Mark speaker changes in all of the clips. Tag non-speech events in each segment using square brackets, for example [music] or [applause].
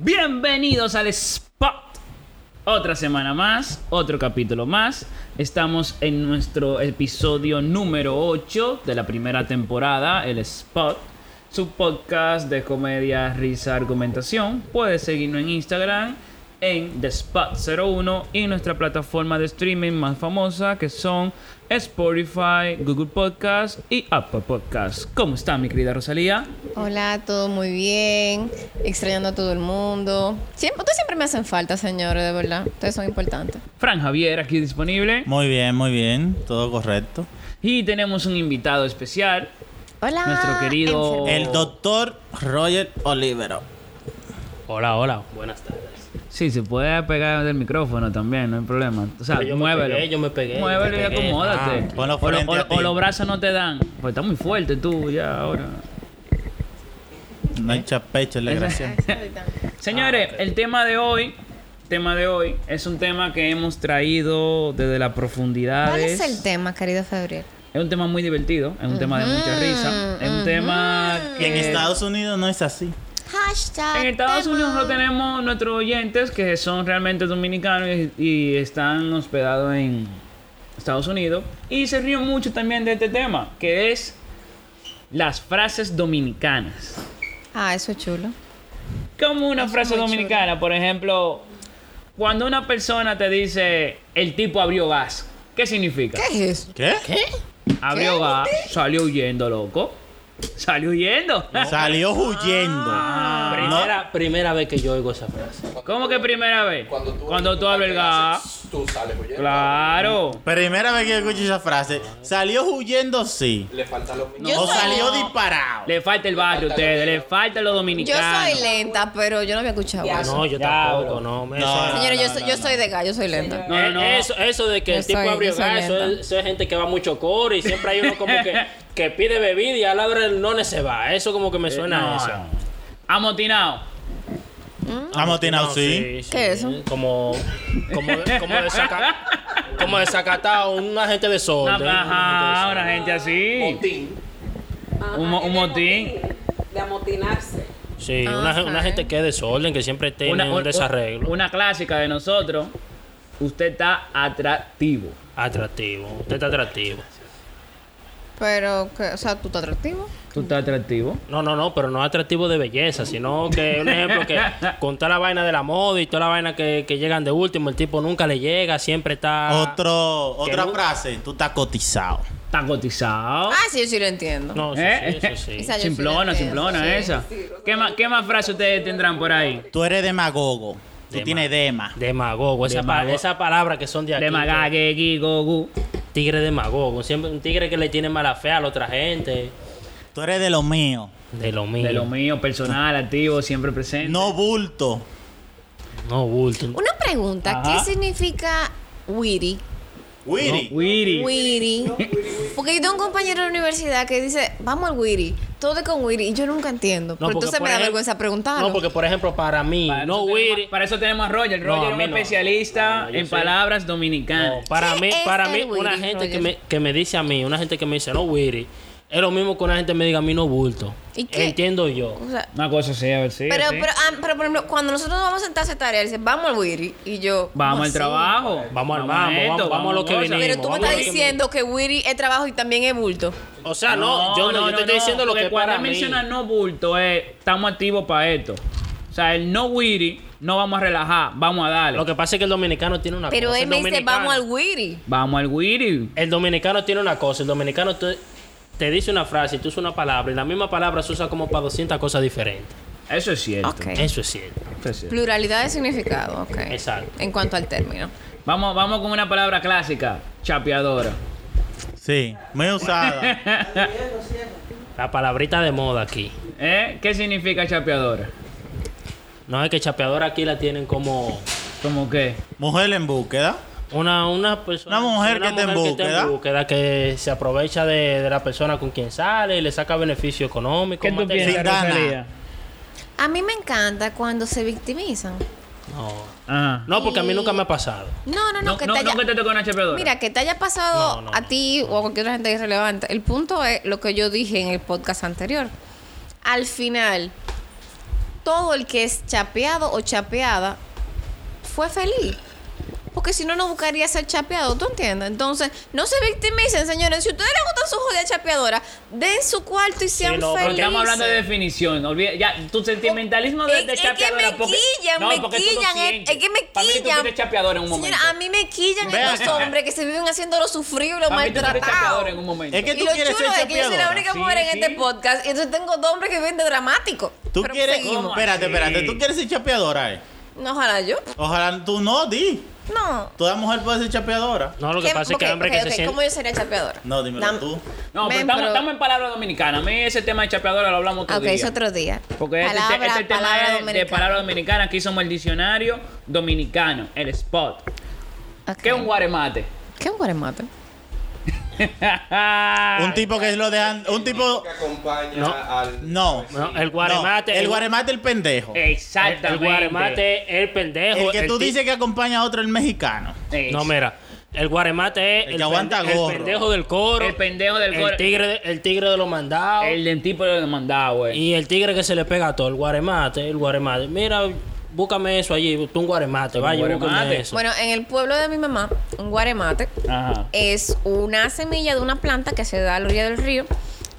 Speaker 1: Bienvenidos al Spot. Otra semana más, otro capítulo más. Estamos en nuestro episodio número 8 de la primera temporada, el Spot. Su podcast de comedia, risa, argumentación. Puedes seguirnos en Instagram en The Spot 01 y nuestra plataforma de streaming más famosa que son Spotify, Google Podcast y Apple Podcast. ¿Cómo está mi querida Rosalía?
Speaker 2: Hola, todo muy bien. Extrañando a todo el mundo. Siempre, ustedes siempre me hacen falta, señores, de verdad. Ustedes son importantes.
Speaker 1: Fran Javier aquí disponible.
Speaker 3: Muy bien, muy bien, todo correcto.
Speaker 1: Y tenemos un invitado especial,
Speaker 2: Hola.
Speaker 1: nuestro querido...
Speaker 3: El doctor Roger Olivero.
Speaker 1: Hola, hola.
Speaker 4: Buenas tardes.
Speaker 1: Sí, se puede pegar del micrófono también, no hay problema. O sea,
Speaker 4: Pero yo me
Speaker 1: muévelo.
Speaker 4: pegué, yo me pegué,
Speaker 1: Muévelo
Speaker 4: yo me
Speaker 1: y
Speaker 4: pegué.
Speaker 1: acomódate.
Speaker 3: Ah, ponlo
Speaker 1: o, lo-
Speaker 3: frente
Speaker 1: o lo-
Speaker 3: a ti.
Speaker 1: o los brazos no te dan. Pues está muy fuerte tú ya ahora.
Speaker 3: No hay chapecho, la gracia.
Speaker 4: Ah,
Speaker 1: Señores, el tema de hoy... Tema de hoy es un tema que hemos traído desde las profundidades.
Speaker 2: ¿Cuál es el tema, querido Febril?
Speaker 1: Es un tema muy divertido, es un tema de mucha risa, es un
Speaker 2: Mm,
Speaker 1: tema
Speaker 3: Y
Speaker 1: que
Speaker 3: en Estados Unidos no es así.
Speaker 2: Hashtag.
Speaker 1: En Estados Unidos no tenemos nuestros oyentes que son realmente dominicanos y, y están hospedados en Estados Unidos. Y se ríen mucho también de este tema, que es las frases dominicanas.
Speaker 2: Ah, eso es chulo.
Speaker 1: Como una
Speaker 2: Eso es
Speaker 1: frase
Speaker 2: muy
Speaker 1: dominicana, por ejemplo, cuando una persona te dice, el tipo abrió gas, ¿qué significa?
Speaker 2: ¿Qué es eso?
Speaker 3: ¿Qué?
Speaker 1: Abrió
Speaker 2: ¿Qué?
Speaker 1: gas, salió huyendo, loco. Salió huyendo.
Speaker 3: Salió huyendo. Ah.
Speaker 1: [laughs]
Speaker 4: primera, primera vez que yo oigo esa frase.
Speaker 1: ¿Cómo que primera vez? Cuando tú, abres el gas.
Speaker 5: Tú sales huyendo.
Speaker 1: Claro.
Speaker 3: Primera vez que escucho esa frase. Salió huyendo, sí.
Speaker 5: Le faltan los minutos.
Speaker 2: Yo
Speaker 3: O
Speaker 2: soy-
Speaker 3: salió disparado.
Speaker 1: Le falta el barrio a ustedes, le falta los
Speaker 2: Yo
Speaker 1: dominicanos.
Speaker 2: soy lenta, pero yo no había escuchado eso.
Speaker 4: No, yo
Speaker 1: Diablo.
Speaker 4: tampoco, no. me-
Speaker 3: No,
Speaker 4: eso-
Speaker 3: no,
Speaker 2: Señores, yo,
Speaker 3: no,
Speaker 2: soy-
Speaker 3: no,
Speaker 2: yo
Speaker 3: no.
Speaker 2: soy de gallo, soy lenta.
Speaker 1: No, no, no.
Speaker 4: Eh, Eso, eso de que
Speaker 2: Yo
Speaker 4: el tipo
Speaker 2: soy-
Speaker 4: abrió
Speaker 2: yo soy
Speaker 4: gas, eso, es,
Speaker 2: lenta.
Speaker 4: eso es gente que va mucho coro y siempre hay uno como
Speaker 1: [laughs]
Speaker 4: que, que pide bebida y al abre el none se va. Eso como que me suena
Speaker 1: Eh, No,
Speaker 4: a eso.
Speaker 1: no. Amotinado.
Speaker 4: ¿Ah,
Speaker 3: Amotinado, sí.
Speaker 2: ¿Qué es eso?
Speaker 4: Como, como, como, desaca- como desacatado, una gente de sol.
Speaker 1: Una- Ajá, una gente así.
Speaker 5: Motín.
Speaker 6: Ajá,
Speaker 1: Un mo- un
Speaker 6: es de
Speaker 1: motín.
Speaker 6: De amotinarse.
Speaker 4: Sí, una,
Speaker 2: Ajá.
Speaker 4: una gente que es desorden, que siempre tiene un desarreglo.
Speaker 1: una clásica de nosotros. Usted está atractivo.
Speaker 4: Atractivo, usted está atractivo.
Speaker 2: Pero, ¿qué? o sea, tú estás atractivo.
Speaker 1: ¿Tú estás atractivo?
Speaker 4: No, no, no, pero no atractivo de belleza, sino que un ejemplo que con toda la vaina de la moda y toda la vaina que, que llegan de último, el tipo nunca le llega, siempre está...
Speaker 3: Otro,
Speaker 4: Que
Speaker 3: otra
Speaker 4: no-
Speaker 3: frase. Tú estás cotizado.
Speaker 1: Está cotizado.
Speaker 2: Ah, sí, yo sí lo entiendo.
Speaker 4: No, eso
Speaker 1: ¿Eh?
Speaker 4: sí, eso sí.
Speaker 2: Esa- yo soy
Speaker 1: Simplona,
Speaker 2: de
Speaker 1: simplona
Speaker 2: esa,
Speaker 1: esa. ¿Qué, más, ¿Qué más frases ustedes tendrán por ahí?
Speaker 3: Tú eres demagogo. Tú
Speaker 4: Dema-
Speaker 3: tienes dema.
Speaker 4: Demagogo, esa,
Speaker 1: Demagogo.
Speaker 4: pa- esa palabra que son de aquí.
Speaker 1: De magague, gigogu.
Speaker 4: que- Tigre demagogo, siempre un tigre que le tiene mala fe a la otra gente.
Speaker 3: Tú eres de lo mío.
Speaker 4: De lo mío.
Speaker 1: De lo mío, personal, activo, siempre presente.
Speaker 3: No bulto.
Speaker 4: No, bulto.
Speaker 2: Una pregunta,
Speaker 1: Ajá.
Speaker 2: ¿qué significa witty?
Speaker 3: Wiri.
Speaker 1: Wiri.
Speaker 2: Wiri. Porque yo tengo un compañero de la universidad que dice, vamos al Wiri, todo es con Wiri, y yo nunca entiendo.
Speaker 4: No,
Speaker 2: pero entonces me
Speaker 4: por
Speaker 2: da
Speaker 4: ejemplo-
Speaker 2: vergüenza preguntarlo.
Speaker 4: No, porque por ejemplo, para mí,
Speaker 1: Para
Speaker 4: no
Speaker 1: eso tenemos-
Speaker 4: Wiri.
Speaker 1: Para eso tenemos a Roger.
Speaker 4: No,
Speaker 1: Roger
Speaker 4: a
Speaker 1: es un
Speaker 4: mí no.
Speaker 1: especialista
Speaker 4: No, yo
Speaker 1: en
Speaker 4: soy-
Speaker 1: palabras
Speaker 4: No,
Speaker 1: dominicanas.
Speaker 4: para
Speaker 2: ¿Qué
Speaker 4: mí,
Speaker 2: es
Speaker 4: para
Speaker 2: el
Speaker 4: mí, una
Speaker 2: Wiri,
Speaker 4: gente que
Speaker 2: Roger?
Speaker 4: me, que me dice a mí, una gente que me dice, no, Wiri, es lo mismo que una gente me diga a mí, no, bulto.
Speaker 2: ¿Y qué?
Speaker 4: Entiendo yo.
Speaker 2: O sea,
Speaker 1: Una cosa así, a ver si.
Speaker 2: pero, pero, ah, pero, por ejemplo, cuando nosotros nos vamos a sentar a hacer tarea, él dice, vamos al Wiri, y yo...
Speaker 1: vamos
Speaker 2: "¿Cómo
Speaker 1: al
Speaker 2: así?".
Speaker 1: trabajo.
Speaker 4: Vamos al mambo,
Speaker 1: esto,
Speaker 4: vamos- vamos a lo que
Speaker 1: cosas.
Speaker 4: venimos.
Speaker 2: Pero tú me
Speaker 4: Vamos
Speaker 2: estás
Speaker 4: al Wiri.
Speaker 2: diciendo que Wiri es trabajo y también es bulto.
Speaker 4: O sea, no, yo, no, yo te estoy diciendo lo
Speaker 1: porque
Speaker 4: que
Speaker 1: cuando
Speaker 4: para
Speaker 1: él
Speaker 4: mí.
Speaker 1: menciona no bulto es estamos activos para esto. O sea, el no witty, no vamos a relajar, vamos a darle.
Speaker 4: Lo que pasa es que el dominicano tiene una
Speaker 2: Pero
Speaker 4: cosa.
Speaker 2: él
Speaker 4: el
Speaker 2: me dice,
Speaker 4: dominicano-
Speaker 2: vamos al Wiri.
Speaker 1: Vamos al witty.
Speaker 4: El dominicano tiene una cosa. El dominicano te, te dice una frase y tú usas una palabra. Y la misma palabra se usa como para 200 cosas diferentes.
Speaker 1: Eso es cierto.
Speaker 2: Ok.
Speaker 4: Eso es cierto.
Speaker 1: Eso es cierto.
Speaker 2: Pluralidad de significado, ok.
Speaker 4: Exacto.
Speaker 2: En cuanto al término.
Speaker 1: Vamos, vamos con una palabra clásica, chapeadora.
Speaker 3: Sí, muy [laughs] usada.
Speaker 4: La palabrita de moda aquí.
Speaker 1: ¿Eh? ¿Qué significa chapeadora?
Speaker 4: No es que chapeadora aquí la tienen como
Speaker 1: ¿Cómo qué?
Speaker 3: Mujer en búsqueda.
Speaker 4: una, una persona.
Speaker 3: Una mujer que está en búsqueda.
Speaker 4: búsqueda, que se aprovecha de, de la persona con quien sale y le saca beneficio económico.
Speaker 1: ¿Qué tú
Speaker 4: material.
Speaker 1: piensas,
Speaker 3: Gana.
Speaker 1: Rosalía?
Speaker 2: A mí me encanta cuando se victimizan.
Speaker 4: No.
Speaker 1: Ajá.
Speaker 4: No, porque a mí nunca me ha pasado.
Speaker 2: No, no, no,
Speaker 1: No,
Speaker 2: que
Speaker 1: no,
Speaker 2: te
Speaker 1: no
Speaker 2: haya-
Speaker 1: que te toque una chapeadora.
Speaker 2: Mira, que te haya pasado
Speaker 4: No, no,
Speaker 2: a
Speaker 4: no.
Speaker 2: ti o a cualquier otra gente irrelevante. El punto es lo que yo dije en el podcast anterior. Al final, todo el que es chapeado o chapeada fue feliz. Porque si no, no buscaría ser chapeado, ¿tú entiendes? Entonces, no se victimicen, señores. Si a ustedes les gustan sus jodidas chapeadoras, den su cuarto y sean
Speaker 4: no,
Speaker 1: Pero
Speaker 2: felices.
Speaker 1: estamos hablando de definición. olvida- ya, tu sentimentalismo de, de
Speaker 2: Es- es que
Speaker 1: chapeadora.
Speaker 2: me
Speaker 1: porque,
Speaker 2: quillan,
Speaker 1: no,
Speaker 2: me
Speaker 1: porque tú lo
Speaker 2: quillan, es-
Speaker 1: sientes.
Speaker 2: es que me
Speaker 1: Para mí tú
Speaker 2: quillan.
Speaker 1: fuiste chapeadora en un momento.
Speaker 2: Señora, a mí me quillan
Speaker 3: Vean.
Speaker 2: estos hombres que se viven haciéndolo sufrir y lo
Speaker 1: Para mí tú fuiste
Speaker 2: maltratados.
Speaker 1: chapeadora en un momento.
Speaker 3: Es que
Speaker 2: Y
Speaker 3: tú
Speaker 2: lo
Speaker 3: quieres ser
Speaker 2: chulo es que yo soy la
Speaker 3: chapeadora.
Speaker 2: única
Speaker 1: Sí,
Speaker 2: mujer en
Speaker 1: sí.
Speaker 2: este podcast. Y entonces tengo dos hombres que vienen de dramático.
Speaker 3: Tú
Speaker 2: Pero
Speaker 3: quieres.
Speaker 2: seguimos.
Speaker 3: Espérate, espérate. Tú quieres ser chapeadora, eh.
Speaker 2: No, ojalá yo.
Speaker 3: Ojalá tú no, di.
Speaker 2: No.
Speaker 3: Toda mujer puede ser chapeadora.
Speaker 4: No, lo que
Speaker 2: ¿Qué-
Speaker 4: pasa es que
Speaker 2: ok,
Speaker 4: el hombre
Speaker 2: ok,
Speaker 4: que
Speaker 2: ok,
Speaker 4: se siente.
Speaker 2: ¿Cómo yo sería chapeadora?
Speaker 3: No, dímelo
Speaker 2: Dam-
Speaker 3: tú.
Speaker 1: No, pero
Speaker 2: Men,
Speaker 1: estamos, estamos en palabras dominicanas. A mí ese tema de chapeadora lo hablamos otro
Speaker 2: Ok,
Speaker 1: día.
Speaker 2: es otro día.
Speaker 1: Porque este-
Speaker 2: palabra,
Speaker 1: este, tema
Speaker 2: palabra
Speaker 1: es de- de
Speaker 2: dominicana.
Speaker 1: palabras dominicanas. Aquí somos el diccionario dominicano, el spot.
Speaker 2: Ok.
Speaker 1: ¿Qué es un guaremate? [laughs]
Speaker 2: ¿Qué es un guaremate?
Speaker 3: Un tipo que lo dejan. Un tipo.
Speaker 5: que acompaña
Speaker 4: No.
Speaker 5: al.
Speaker 3: No.
Speaker 4: No, el guaremate.
Speaker 3: No, el
Speaker 4: el-
Speaker 3: guaremate el pendejo.
Speaker 1: Exactamente.
Speaker 4: El guaremate, el pendejo.
Speaker 3: El que tú
Speaker 4: ti-
Speaker 3: dices que acompaña a otro el mexicano.
Speaker 1: Ex-
Speaker 4: No, mira. El guaremate es
Speaker 3: El que aguanta
Speaker 4: pende- el
Speaker 3: gorro.
Speaker 4: pendejo del coro.
Speaker 1: El pendejo del coro.
Speaker 4: El tigre, de- el tigre de los mandados.
Speaker 1: El del tipo de demandado, güey.
Speaker 4: Y el tigre que se le pega a todo. El guaremate, el guaremate. Mira, búscame eso allí. Tú un guaremate, vaya, búscame
Speaker 1: guaremate.
Speaker 4: eso.
Speaker 2: Bueno, en el pueblo de mi mamá, un guaremate
Speaker 1: Ajá.
Speaker 2: es una semilla de una planta que se da a la orilla del río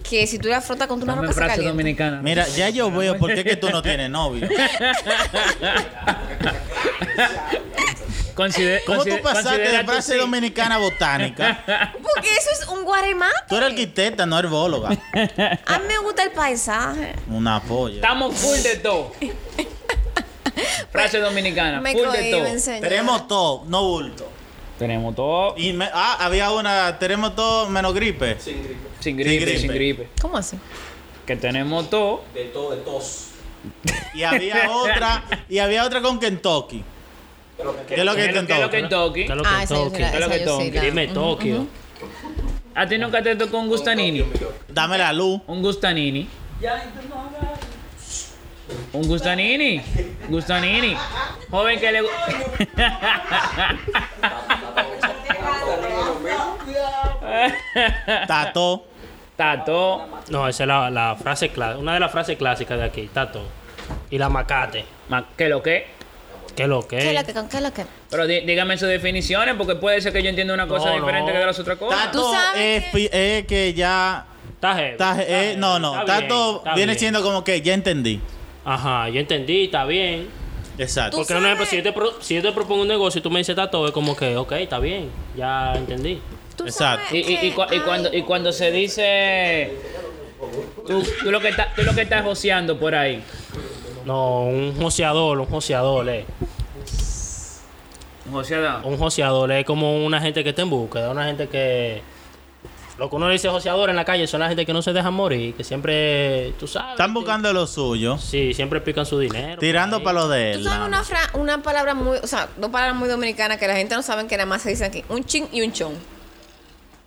Speaker 2: que si tú la frotas contra una
Speaker 1: Dame
Speaker 2: roca se
Speaker 1: frase
Speaker 2: calienta.
Speaker 1: dominicana.
Speaker 3: Mira, ya yo veo por qué que tú no tienes novio.
Speaker 1: Consider-
Speaker 3: ¿Cómo tú
Speaker 1: consider-
Speaker 3: pasaste de
Speaker 1: considera tú
Speaker 3: frase
Speaker 1: sí.
Speaker 3: dominicana a botánica?
Speaker 2: Porque eso es un guaremate.
Speaker 3: Tú
Speaker 1: [laughs]
Speaker 3: eres arquitecta, no herbóloga.
Speaker 2: A mí me gusta el paisaje.
Speaker 3: Una polla.
Speaker 1: Estamos full de todo. Frase dominicana.
Speaker 2: Me
Speaker 1: full de
Speaker 2: cohiben,
Speaker 1: todo.
Speaker 2: señor.
Speaker 3: Tenemos todo, no bulto.
Speaker 1: Tenemos todo
Speaker 3: Y me- ah, había una, tenemos todo menos gripe.
Speaker 5: Sin gripe.
Speaker 1: sin gripe,
Speaker 3: gripe.
Speaker 1: sin gripe.
Speaker 2: ¿Cómo así?
Speaker 1: Que tenemos todo.
Speaker 5: De todo, de tos.
Speaker 3: Y había otra, y había otra con Kentucky.
Speaker 5: Pero que-
Speaker 3: ¿Qué es lo que es
Speaker 1: ¿Qué es lo que
Speaker 3: Kentucky?
Speaker 1: es Kentucky?
Speaker 4: Que lo
Speaker 2: Ah,
Speaker 4: que
Speaker 2: esa yo sí
Speaker 4: toque.
Speaker 2: la-
Speaker 1: que lo que
Speaker 2: esa yo sí
Speaker 1: toque.
Speaker 2: la-
Speaker 4: Dime Tokio.
Speaker 1: ¿A ti nunca te tocó un gustanini?
Speaker 3: Dame la luz.
Speaker 1: Un gustanini. Un gustanini. Gustanini. Joven que le gu- [laughs]
Speaker 3: Tato.
Speaker 1: Tato.
Speaker 4: No, esa es la, la frase clásica. Una de las frases clásicas de aquí, está todo. Y la macate.
Speaker 1: ma- ¿Qué lo que?
Speaker 4: ¿Qué lo que?
Speaker 2: ¿Qué es
Speaker 1: eh.
Speaker 2: la que con qué es la que?
Speaker 1: Pero dí- dígame sus definiciones porque puede ser que yo entienda una cosa
Speaker 4: No,
Speaker 1: diferente
Speaker 4: no.
Speaker 1: que de las otras cosas.
Speaker 3: Tato
Speaker 2: sabes
Speaker 3: es pi- es que ya
Speaker 4: Está heavy,
Speaker 3: Está-
Speaker 4: está
Speaker 3: eh,
Speaker 4: heavy,
Speaker 3: no, no.
Speaker 4: está bien,
Speaker 3: Tato
Speaker 4: está
Speaker 3: viene
Speaker 4: bien.
Speaker 3: siendo como que ya entendí.
Speaker 4: Ajá, yo entendí, está bien.
Speaker 3: Exacto.
Speaker 2: Tú-
Speaker 4: Porque, por ejemplo,
Speaker 2: sabes.
Speaker 4: si yo, te pro- si yo te propongo un negocio y tú me dices Tato, es como que, ok, está bien, ya entendí.
Speaker 2: ¿Tú
Speaker 3: Exacto.
Speaker 2: sabes
Speaker 1: Y, y- y
Speaker 2: que
Speaker 1: cua- y
Speaker 2: hay-
Speaker 1: cuando, y cuando se dice. Tú, tú lo que estás, tú lo que estás joseando por ahí.
Speaker 4: No, un joseador, un joseador, eh.
Speaker 1: Joseada.
Speaker 4: Un joseador es como una gente que está en búsqueda, una gente que. Lo que uno le dice joseador en la calle son la gente que no se dejan morir, que siempre, tú sabes.
Speaker 3: Están buscando lo suyo,
Speaker 4: Sí, siempre pican su dinero.
Speaker 3: tirando
Speaker 4: por ahí.
Speaker 3: para lo de
Speaker 2: Tú
Speaker 3: él.
Speaker 2: sabes
Speaker 3: nada
Speaker 2: una,
Speaker 3: más.
Speaker 2: fra- una palabra muy, o sea, dos palabras muy dominicanas que la gente no sabe que nada más se dice aquí. Un chin y un chon.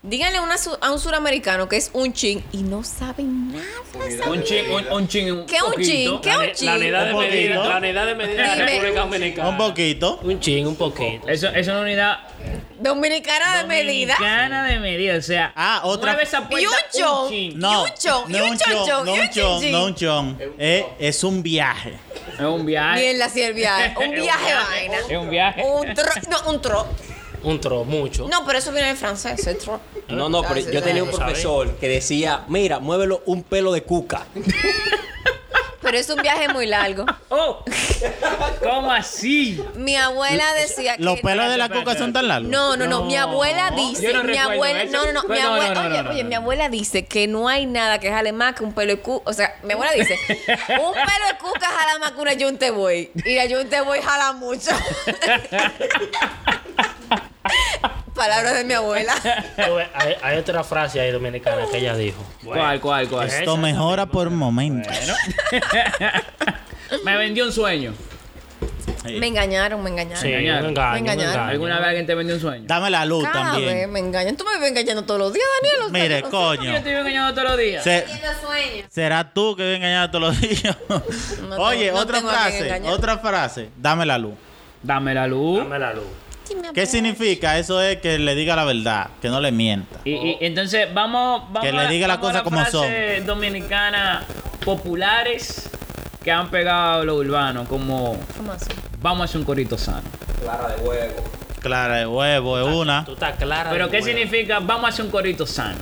Speaker 2: Díganle a una su- a un suramericano que es un chin y no saben nada.
Speaker 1: Un chin, un, un chin. Un
Speaker 2: ¿Qué un
Speaker 1: poquito.
Speaker 2: chin? ¿Qué
Speaker 4: La,
Speaker 2: un
Speaker 4: ne-
Speaker 2: chin?
Speaker 4: la unidad de
Speaker 3: Un
Speaker 4: medida,
Speaker 3: poquito.
Speaker 4: la unidad de medida de la
Speaker 2: Dime.
Speaker 4: República Dominicana.
Speaker 3: Un poquito.
Speaker 4: Un chin, un poquito.
Speaker 1: Eso es una unidad
Speaker 2: Dominicana de medida.
Speaker 1: dominicana de medida. O sea,
Speaker 3: Ah, otra-
Speaker 1: mueve esa puerta,
Speaker 2: Y un chon.
Speaker 1: chin.
Speaker 3: No,
Speaker 2: Y un chon,
Speaker 3: no
Speaker 2: y un chon, chon,
Speaker 3: no
Speaker 2: y un
Speaker 3: un chon,
Speaker 2: chin,
Speaker 3: no un chon. Eh, es un viaje.
Speaker 1: Es un viaje.
Speaker 2: Bien
Speaker 1: [laughs]
Speaker 2: la siervia. Un viaje vaina.
Speaker 1: Es un viaje.
Speaker 2: Un tro, no, un tro.
Speaker 4: Un tro, mucho.
Speaker 2: No, pero eso viene del francés, el tro.
Speaker 7: No, no, pero yo tenía un
Speaker 4: Lo sabéis.
Speaker 7: profesor que decía, mira, muévelo un pelo de cuca.
Speaker 2: Pero es un viaje muy largo. [laughs]
Speaker 1: Oh, ¿cómo
Speaker 4: [laughs]
Speaker 1: así?
Speaker 2: Mi abuela decía que
Speaker 3: Los pelos de la
Speaker 1: espérate,
Speaker 3: coca son tan largos.
Speaker 2: No, no, no,
Speaker 1: No.
Speaker 2: mi abuela dice,
Speaker 1: Yo no
Speaker 2: mi
Speaker 1: recuerdo
Speaker 2: abuela,
Speaker 1: eso.
Speaker 2: no, no, no, mi
Speaker 1: No, no,
Speaker 2: abuela,
Speaker 1: no, no,
Speaker 2: oye,
Speaker 1: no,
Speaker 2: oye,
Speaker 1: no.
Speaker 2: mi abuela dice que no hay nada que jale más que un pelo de cuca, o sea, mi abuela
Speaker 1: [laughs]
Speaker 2: dice, un pelo de cuca jala más que una yunte buey, y la yunte buey
Speaker 1: [laughs]
Speaker 2: jala mucho. Palabras de mi abuela.
Speaker 4: Tú ves, Hay, hay otra frase ahí dominicana que ella dijo.
Speaker 1: ¿Cuál, cuál, cuál?
Speaker 4: Esa
Speaker 3: Esto mejora por momentos.
Speaker 1: [laughs] Me vendió un sueño.
Speaker 2: Me engañaron, me engañaron.
Speaker 4: Sí, un
Speaker 1: engañaron.
Speaker 4: engaño, un engaño.
Speaker 2: Me engañaron.
Speaker 1: ¿Alguna vez alguien te vendió un sueño?
Speaker 3: Dame la luz
Speaker 2: Cada vez
Speaker 3: también.
Speaker 2: me engañan. Tú me ves engañando todos los días, Daniel. o sea,
Speaker 3: Mire,
Speaker 2: yo no sé.
Speaker 1: Yo te
Speaker 3: coño.
Speaker 1: estoy engañando todos los días.
Speaker 3: se-
Speaker 6: sueño.
Speaker 3: será tú que voy a engañar todos los días.
Speaker 2: tengo- [laughs]
Speaker 3: Oye,
Speaker 2: no
Speaker 3: otra
Speaker 2: tengo a quien
Speaker 3: frase,
Speaker 2: engañar.
Speaker 3: otra frase. Dame la luz.
Speaker 1: Dame la luz.
Speaker 4: Dame la luz.
Speaker 3: ¿Qué significa? Eso es que le diga la verdad, que no le mienta.
Speaker 1: Y, y entonces vamos, vamos
Speaker 3: Que le
Speaker 1: a-
Speaker 3: diga las
Speaker 1: vamos a
Speaker 3: cosas como
Speaker 1: frase dominicana populares que han pegado los urbanos, como
Speaker 2: ¿Cómo así?
Speaker 1: vamos a hacer un corito sano.
Speaker 5: Clara de huevo.
Speaker 3: Clara de huevo es una.
Speaker 4: Tú estás clara.
Speaker 1: Pero
Speaker 4: de
Speaker 1: ¿qué
Speaker 4: huevo.
Speaker 1: significa vamos a hacer un corito sano?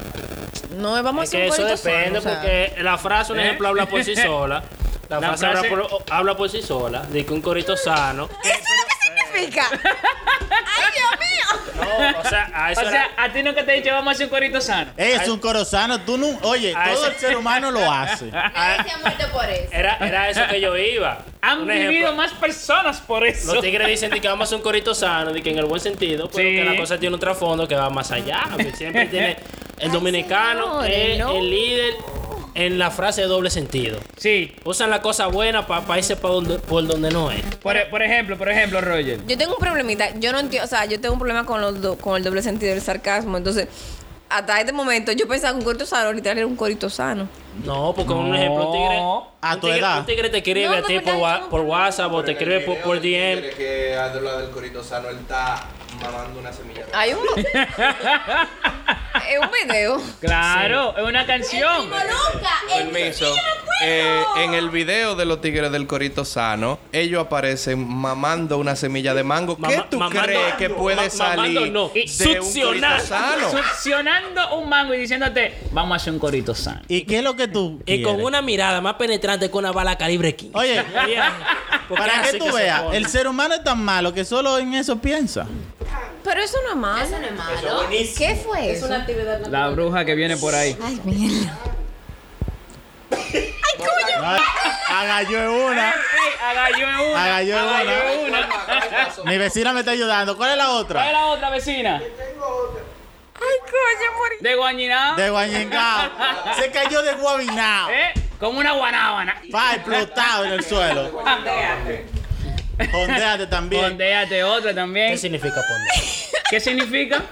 Speaker 2: No, vamos
Speaker 4: Es
Speaker 2: a hacer
Speaker 4: que
Speaker 2: un
Speaker 4: eso
Speaker 2: corito sano,
Speaker 4: depende
Speaker 2: o sea.
Speaker 4: porque la frase, un
Speaker 1: ¿Eh?
Speaker 4: ejemplo,
Speaker 1: [laughs]
Speaker 4: habla por sí sola. La,
Speaker 1: La
Speaker 4: frase, habla
Speaker 1: frase-
Speaker 4: por- habla por sí sola. De que un corito sano.
Speaker 2: ¿Eso es lo que
Speaker 1: [laughs]
Speaker 2: significa? ¡Ay, Dios mío!
Speaker 4: No, o sea, a
Speaker 1: O
Speaker 4: eso era-
Speaker 1: sea, a ti nunca te he dicho vamos a hacer un corito sano.
Speaker 3: Es un corozano. Tú no. Oye,
Speaker 4: A
Speaker 3: todo
Speaker 4: ese-
Speaker 3: el ser humano lo hace.
Speaker 1: Ah.
Speaker 2: Nadie se ha muerto por eso.
Speaker 4: era, era eso que yo iba.
Speaker 1: Han
Speaker 4: Un ejemplo,
Speaker 1: vivido más personas por eso.
Speaker 4: Los tigres dicen de que vamos a hacer un corito sano, de que en el buen sentido, pero
Speaker 1: Sí.
Speaker 4: que la cosa tiene un trasfondo que va más allá. Que siempre tiene el dominicano,
Speaker 2: señores,
Speaker 4: es
Speaker 2: no.
Speaker 4: el líder en la frase de doble sentido.
Speaker 1: Sí.
Speaker 4: Usan la cosa buena para países por donde, por donde no es.
Speaker 1: Por, por ejemplo, por ejemplo, Roger.
Speaker 2: Yo tengo un problemita. Yo no entiendo, o sea, yo tengo un problema con, los do- con el doble sentido del sarcasmo. Entonces, hasta este momento yo pensaba que un corito sano, literal era un corito sano.
Speaker 4: No, porque un ejemplo, un tigre.
Speaker 3: A
Speaker 4: un
Speaker 3: tu
Speaker 4: tigre-
Speaker 3: edad.
Speaker 4: Un tigre te escribe
Speaker 2: No,
Speaker 4: a ti
Speaker 2: no,
Speaker 4: por,
Speaker 2: no,
Speaker 4: wa-
Speaker 2: no,
Speaker 4: por
Speaker 2: no.
Speaker 4: WhatsApp o te
Speaker 5: Pero en el
Speaker 4: escribe por,
Speaker 5: video
Speaker 4: por
Speaker 5: del
Speaker 4: DM.
Speaker 5: tigre que habla del corito sano, él está mamando una semilla.
Speaker 2: Hay [laughs] un. es un video.
Speaker 1: Claro, es una canción.
Speaker 8: Permiso. Eh, en el video de los tigres del Corito Sano, ellos aparecen mamando una semilla de mango. ¿Qué
Speaker 4: Mama-
Speaker 8: tú
Speaker 4: mamando-
Speaker 8: crees que puede
Speaker 4: ma- mamando
Speaker 8: salir
Speaker 4: no,
Speaker 8: de un
Speaker 4: succionar.
Speaker 8: corito sano?
Speaker 1: Succionando un mango y diciéndote, vamos a hacer un corito sano.
Speaker 3: ¿Y qué es lo que tú.?
Speaker 4: Y
Speaker 3: quieres?
Speaker 4: con una mirada más penetrante que una bala calibre 15. [laughs]
Speaker 3: Oye,
Speaker 4: Porque
Speaker 3: para
Speaker 4: así
Speaker 3: que tú
Speaker 4: se
Speaker 3: veas,
Speaker 4: pone.
Speaker 3: el ser humano es tan malo que solo en eso piensa.
Speaker 2: Pero eso no es malo. Eso no es malo. ¿Qué fue
Speaker 6: Es
Speaker 2: eso?
Speaker 6: una actividad natural.
Speaker 1: La bruja que viene por ahí.
Speaker 2: Ay, mierda.
Speaker 3: Ay, Agalló en una.
Speaker 1: Ey, agalló en una.
Speaker 3: Agalló en
Speaker 1: agalló en
Speaker 3: una.
Speaker 1: una.
Speaker 3: [laughs] Mi vecina me está ayudando. ¿Cuál es la
Speaker 1: ¿Cuál es
Speaker 3: otra?
Speaker 1: la otra vecina?
Speaker 2: Ay, coño, morí.
Speaker 1: De Guañiná.
Speaker 3: De Guañengao. Se cayó de Guabinao.
Speaker 1: ¿Eh? Como una guanábana.
Speaker 3: Va explotado en el suelo.
Speaker 6: Fondeate.
Speaker 3: Jondéate también.
Speaker 1: Jondéate otra también.
Speaker 4: ¿Qué significa poner?
Speaker 1: ¿Qué significa?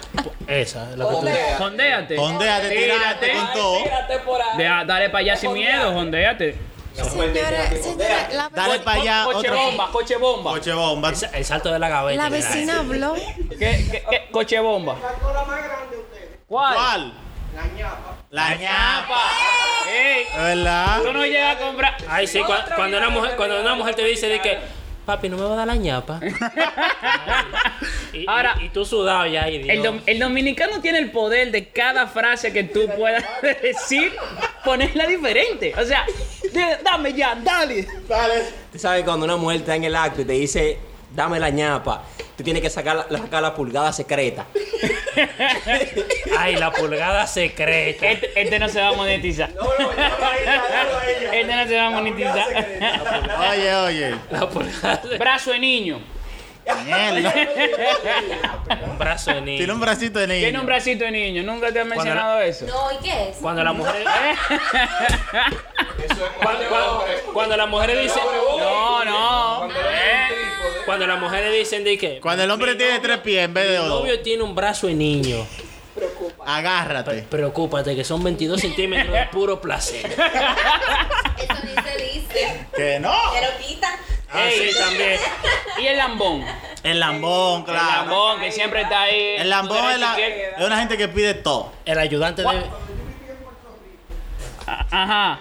Speaker 4: Esa, es la que tú dices.
Speaker 1: Jondéate.
Speaker 3: Jondéate, tírate con todo.
Speaker 6: Tírate por ahí.
Speaker 1: Deja- dale para allá sin miedo, jondéate.
Speaker 2: Señora, señora, la,
Speaker 3: Dale para allá.
Speaker 1: coche
Speaker 3: Otra.
Speaker 1: bomba, coche bomba.
Speaker 3: Ah, Coche bomba.
Speaker 4: Esa- El salto de la gaveta.
Speaker 2: la
Speaker 4: que era
Speaker 2: vecina habló.
Speaker 1: ¿Qué, qué, qué? Coche bomba. ¿Cuál?
Speaker 3: ¿Cuál? La ñapa.
Speaker 1: Ey,
Speaker 3: La ñapa. ¿Verdad?
Speaker 1: tú no llegas a comprar.
Speaker 4: esa. Ay, sí, cua- cuando, una mujer, cuando una mujer te dice de que, papi, no me va a dar
Speaker 1: [laughs]
Speaker 4: la ñapa. y, y-
Speaker 1: Ahora-
Speaker 4: y, tú sudado ya y
Speaker 1: El,
Speaker 4: digo,
Speaker 1: dom- el dominicano tiene el poder de cada frase que tú puedas [laughs] decir, ponerla diferente. O sea, de- dame ya, dale.
Speaker 3: Dale.
Speaker 7: Tú sabes cuando una mujer está en el acto y te dice, dame la ñapa, tú tienes que sacar la, sacar la pulgada secreta.
Speaker 4: ay, la pulgada secreta.
Speaker 1: Este, este no se va a monetizar. Este no se va a monetizar.
Speaker 3: Oye, oye.
Speaker 4: La pulgada
Speaker 1: [laughs]
Speaker 4: secreta.
Speaker 1: Brazo de niño.
Speaker 3: Mierda.
Speaker 4: Un brazo de niño.
Speaker 3: Tiene un bracito de niño.
Speaker 1: Tiene un bracito de niño. Nunca te han
Speaker 4: Cuando
Speaker 1: mencionado eso.
Speaker 2: No, ¿y qué es?
Speaker 4: Cuando
Speaker 1: [laughs]
Speaker 4: la mujer...
Speaker 1: Eh.
Speaker 4: cuando, cuando- cuando las mujeres dicen...
Speaker 1: No, no. Eh.
Speaker 4: Cuando las mujeres dicen de que...
Speaker 3: Cuando el hombre tiene tres pies en vez de dos,
Speaker 4: "Mi novio tiene un brazo de niño.
Speaker 3: agárrate.
Speaker 4: Preocúpate que son 22 centímetros de puro placer.
Speaker 1: [laughs]
Speaker 9: Eso ni se dice.
Speaker 3: Que no.
Speaker 9: Te lo quitan.
Speaker 4: Ah, sí, también.
Speaker 1: Y el lambón.
Speaker 3: El lambón,
Speaker 1: El
Speaker 3: claro.
Speaker 1: lambón que siempre está ahí.
Speaker 3: El lambón es, la-
Speaker 1: Izquierda.
Speaker 3: es una gente que pide todo.
Speaker 4: El ayudante de...
Speaker 1: Ajá.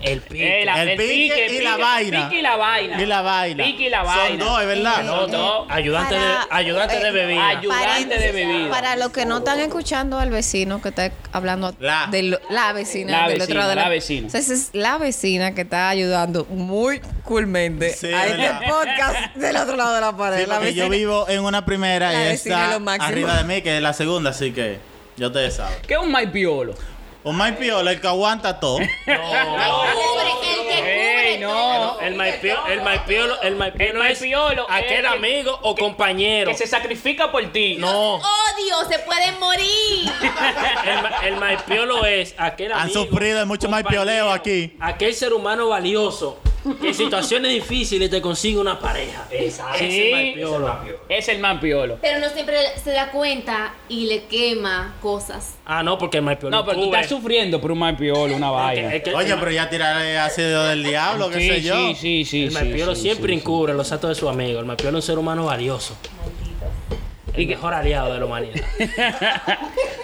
Speaker 4: El pique.
Speaker 1: Eh, la-
Speaker 3: El pique y la vaina.
Speaker 1: Pique y la vaina.
Speaker 3: Y la vaina.
Speaker 1: Pique y la
Speaker 3: Son
Speaker 1: vaina.
Speaker 3: dos, es verdad.
Speaker 4: No, no, ayudante, de,
Speaker 2: Para-
Speaker 4: ayudante de
Speaker 2: eh,
Speaker 4: bebida.
Speaker 1: ayu- Ayudante de bebida.
Speaker 2: Para los que no están escuchando al vecino que está hablando
Speaker 3: La.
Speaker 2: de lo- la vecina
Speaker 1: La
Speaker 2: del
Speaker 1: vecina,
Speaker 2: otro lado de
Speaker 1: la vecina.
Speaker 2: Entonces es la vecina que está ayudando muy coolmente
Speaker 3: Sí,
Speaker 2: a este
Speaker 3: ¿verdad?
Speaker 2: podcast del otro lado de la pared.
Speaker 3: Sí,
Speaker 2: la
Speaker 3: porque
Speaker 2: vecina.
Speaker 3: yo vivo en una primera
Speaker 2: La
Speaker 3: y
Speaker 2: vecina
Speaker 3: está
Speaker 2: es lo máximo.
Speaker 3: arriba de mí, que es la segunda, así que yo te saben.
Speaker 1: ¿Qué es un maipiolo?
Speaker 3: Un más piola, el que aguanta
Speaker 4: [laughs]
Speaker 3: todo.
Speaker 9: el que cubre.
Speaker 1: ¡Ey, no!
Speaker 4: El maipiolo, el maipiolo, el maipiolo,
Speaker 1: El maipiolo
Speaker 4: es aquel
Speaker 1: es el-
Speaker 4: amigo o compañero.
Speaker 1: Que se sacrifica por ti.
Speaker 4: No,
Speaker 9: Odio, se pueden morir.
Speaker 4: [laughs] el, ma- el maipiolo es aquel
Speaker 3: Han
Speaker 4: amigo.
Speaker 3: sufrido de mucho
Speaker 4: compañero,
Speaker 3: maipioleo aquí.
Speaker 4: Aquel ser humano valioso que en situaciones difíciles te consigue una pareja. Exacto.
Speaker 1: Sí.
Speaker 4: maipiolo.
Speaker 1: Es el mampiolo.
Speaker 9: Pero no siempre se da cuenta y le quema cosas.
Speaker 4: Ah, no, porque el maipiolo.
Speaker 1: No, pero tú
Speaker 4: cubre.
Speaker 1: estás sufriendo por un maipiolo, una vaina.
Speaker 4: Es que
Speaker 3: Oye,
Speaker 4: el-
Speaker 3: pero ya tiraré ácido del diablo, qué
Speaker 1: sí,
Speaker 3: sé yo.
Speaker 1: sí, sí, sí.
Speaker 4: El
Speaker 1: sí,
Speaker 4: maipiolo
Speaker 1: sí,
Speaker 4: siempre
Speaker 1: sí, sí.
Speaker 4: encubre los actos de su amigo. El maipiolo es un ser humano valioso. El mejor aliado de la humanidad.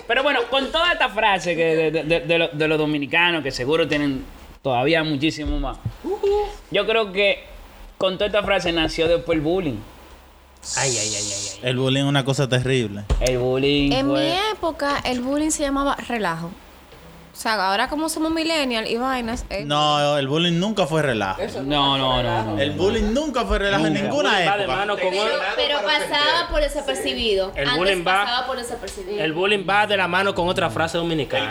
Speaker 1: Pero bueno, con toda esta frase que de, de- de- de lo- de los dominicanos que seguro tienen Todavía muchísimo más. Yo creo que con toda esta frase nació después el bullying.
Speaker 4: Ay, ay, ay, ay, ay.
Speaker 3: El bullying es una cosa terrible.
Speaker 1: El bullying.
Speaker 2: En mi
Speaker 1: fue-
Speaker 2: época, el bullying se llamaba relajo. O sea, ahora como somos millennial y vainas. eh,
Speaker 3: No, el bullying nunca fue relajo.
Speaker 1: No, no, no, no.
Speaker 3: El bullying nunca fue relajo en
Speaker 1: Nunca.
Speaker 3: ninguna
Speaker 4: Va de
Speaker 3: época.
Speaker 4: mano con
Speaker 9: Pero,
Speaker 4: o-
Speaker 9: pero pasaba por desapercibido.
Speaker 4: El
Speaker 9: Antes
Speaker 4: bullying va-
Speaker 9: pasaba por desapercibido.
Speaker 4: El bullying va de la mano con otra frase dominicana.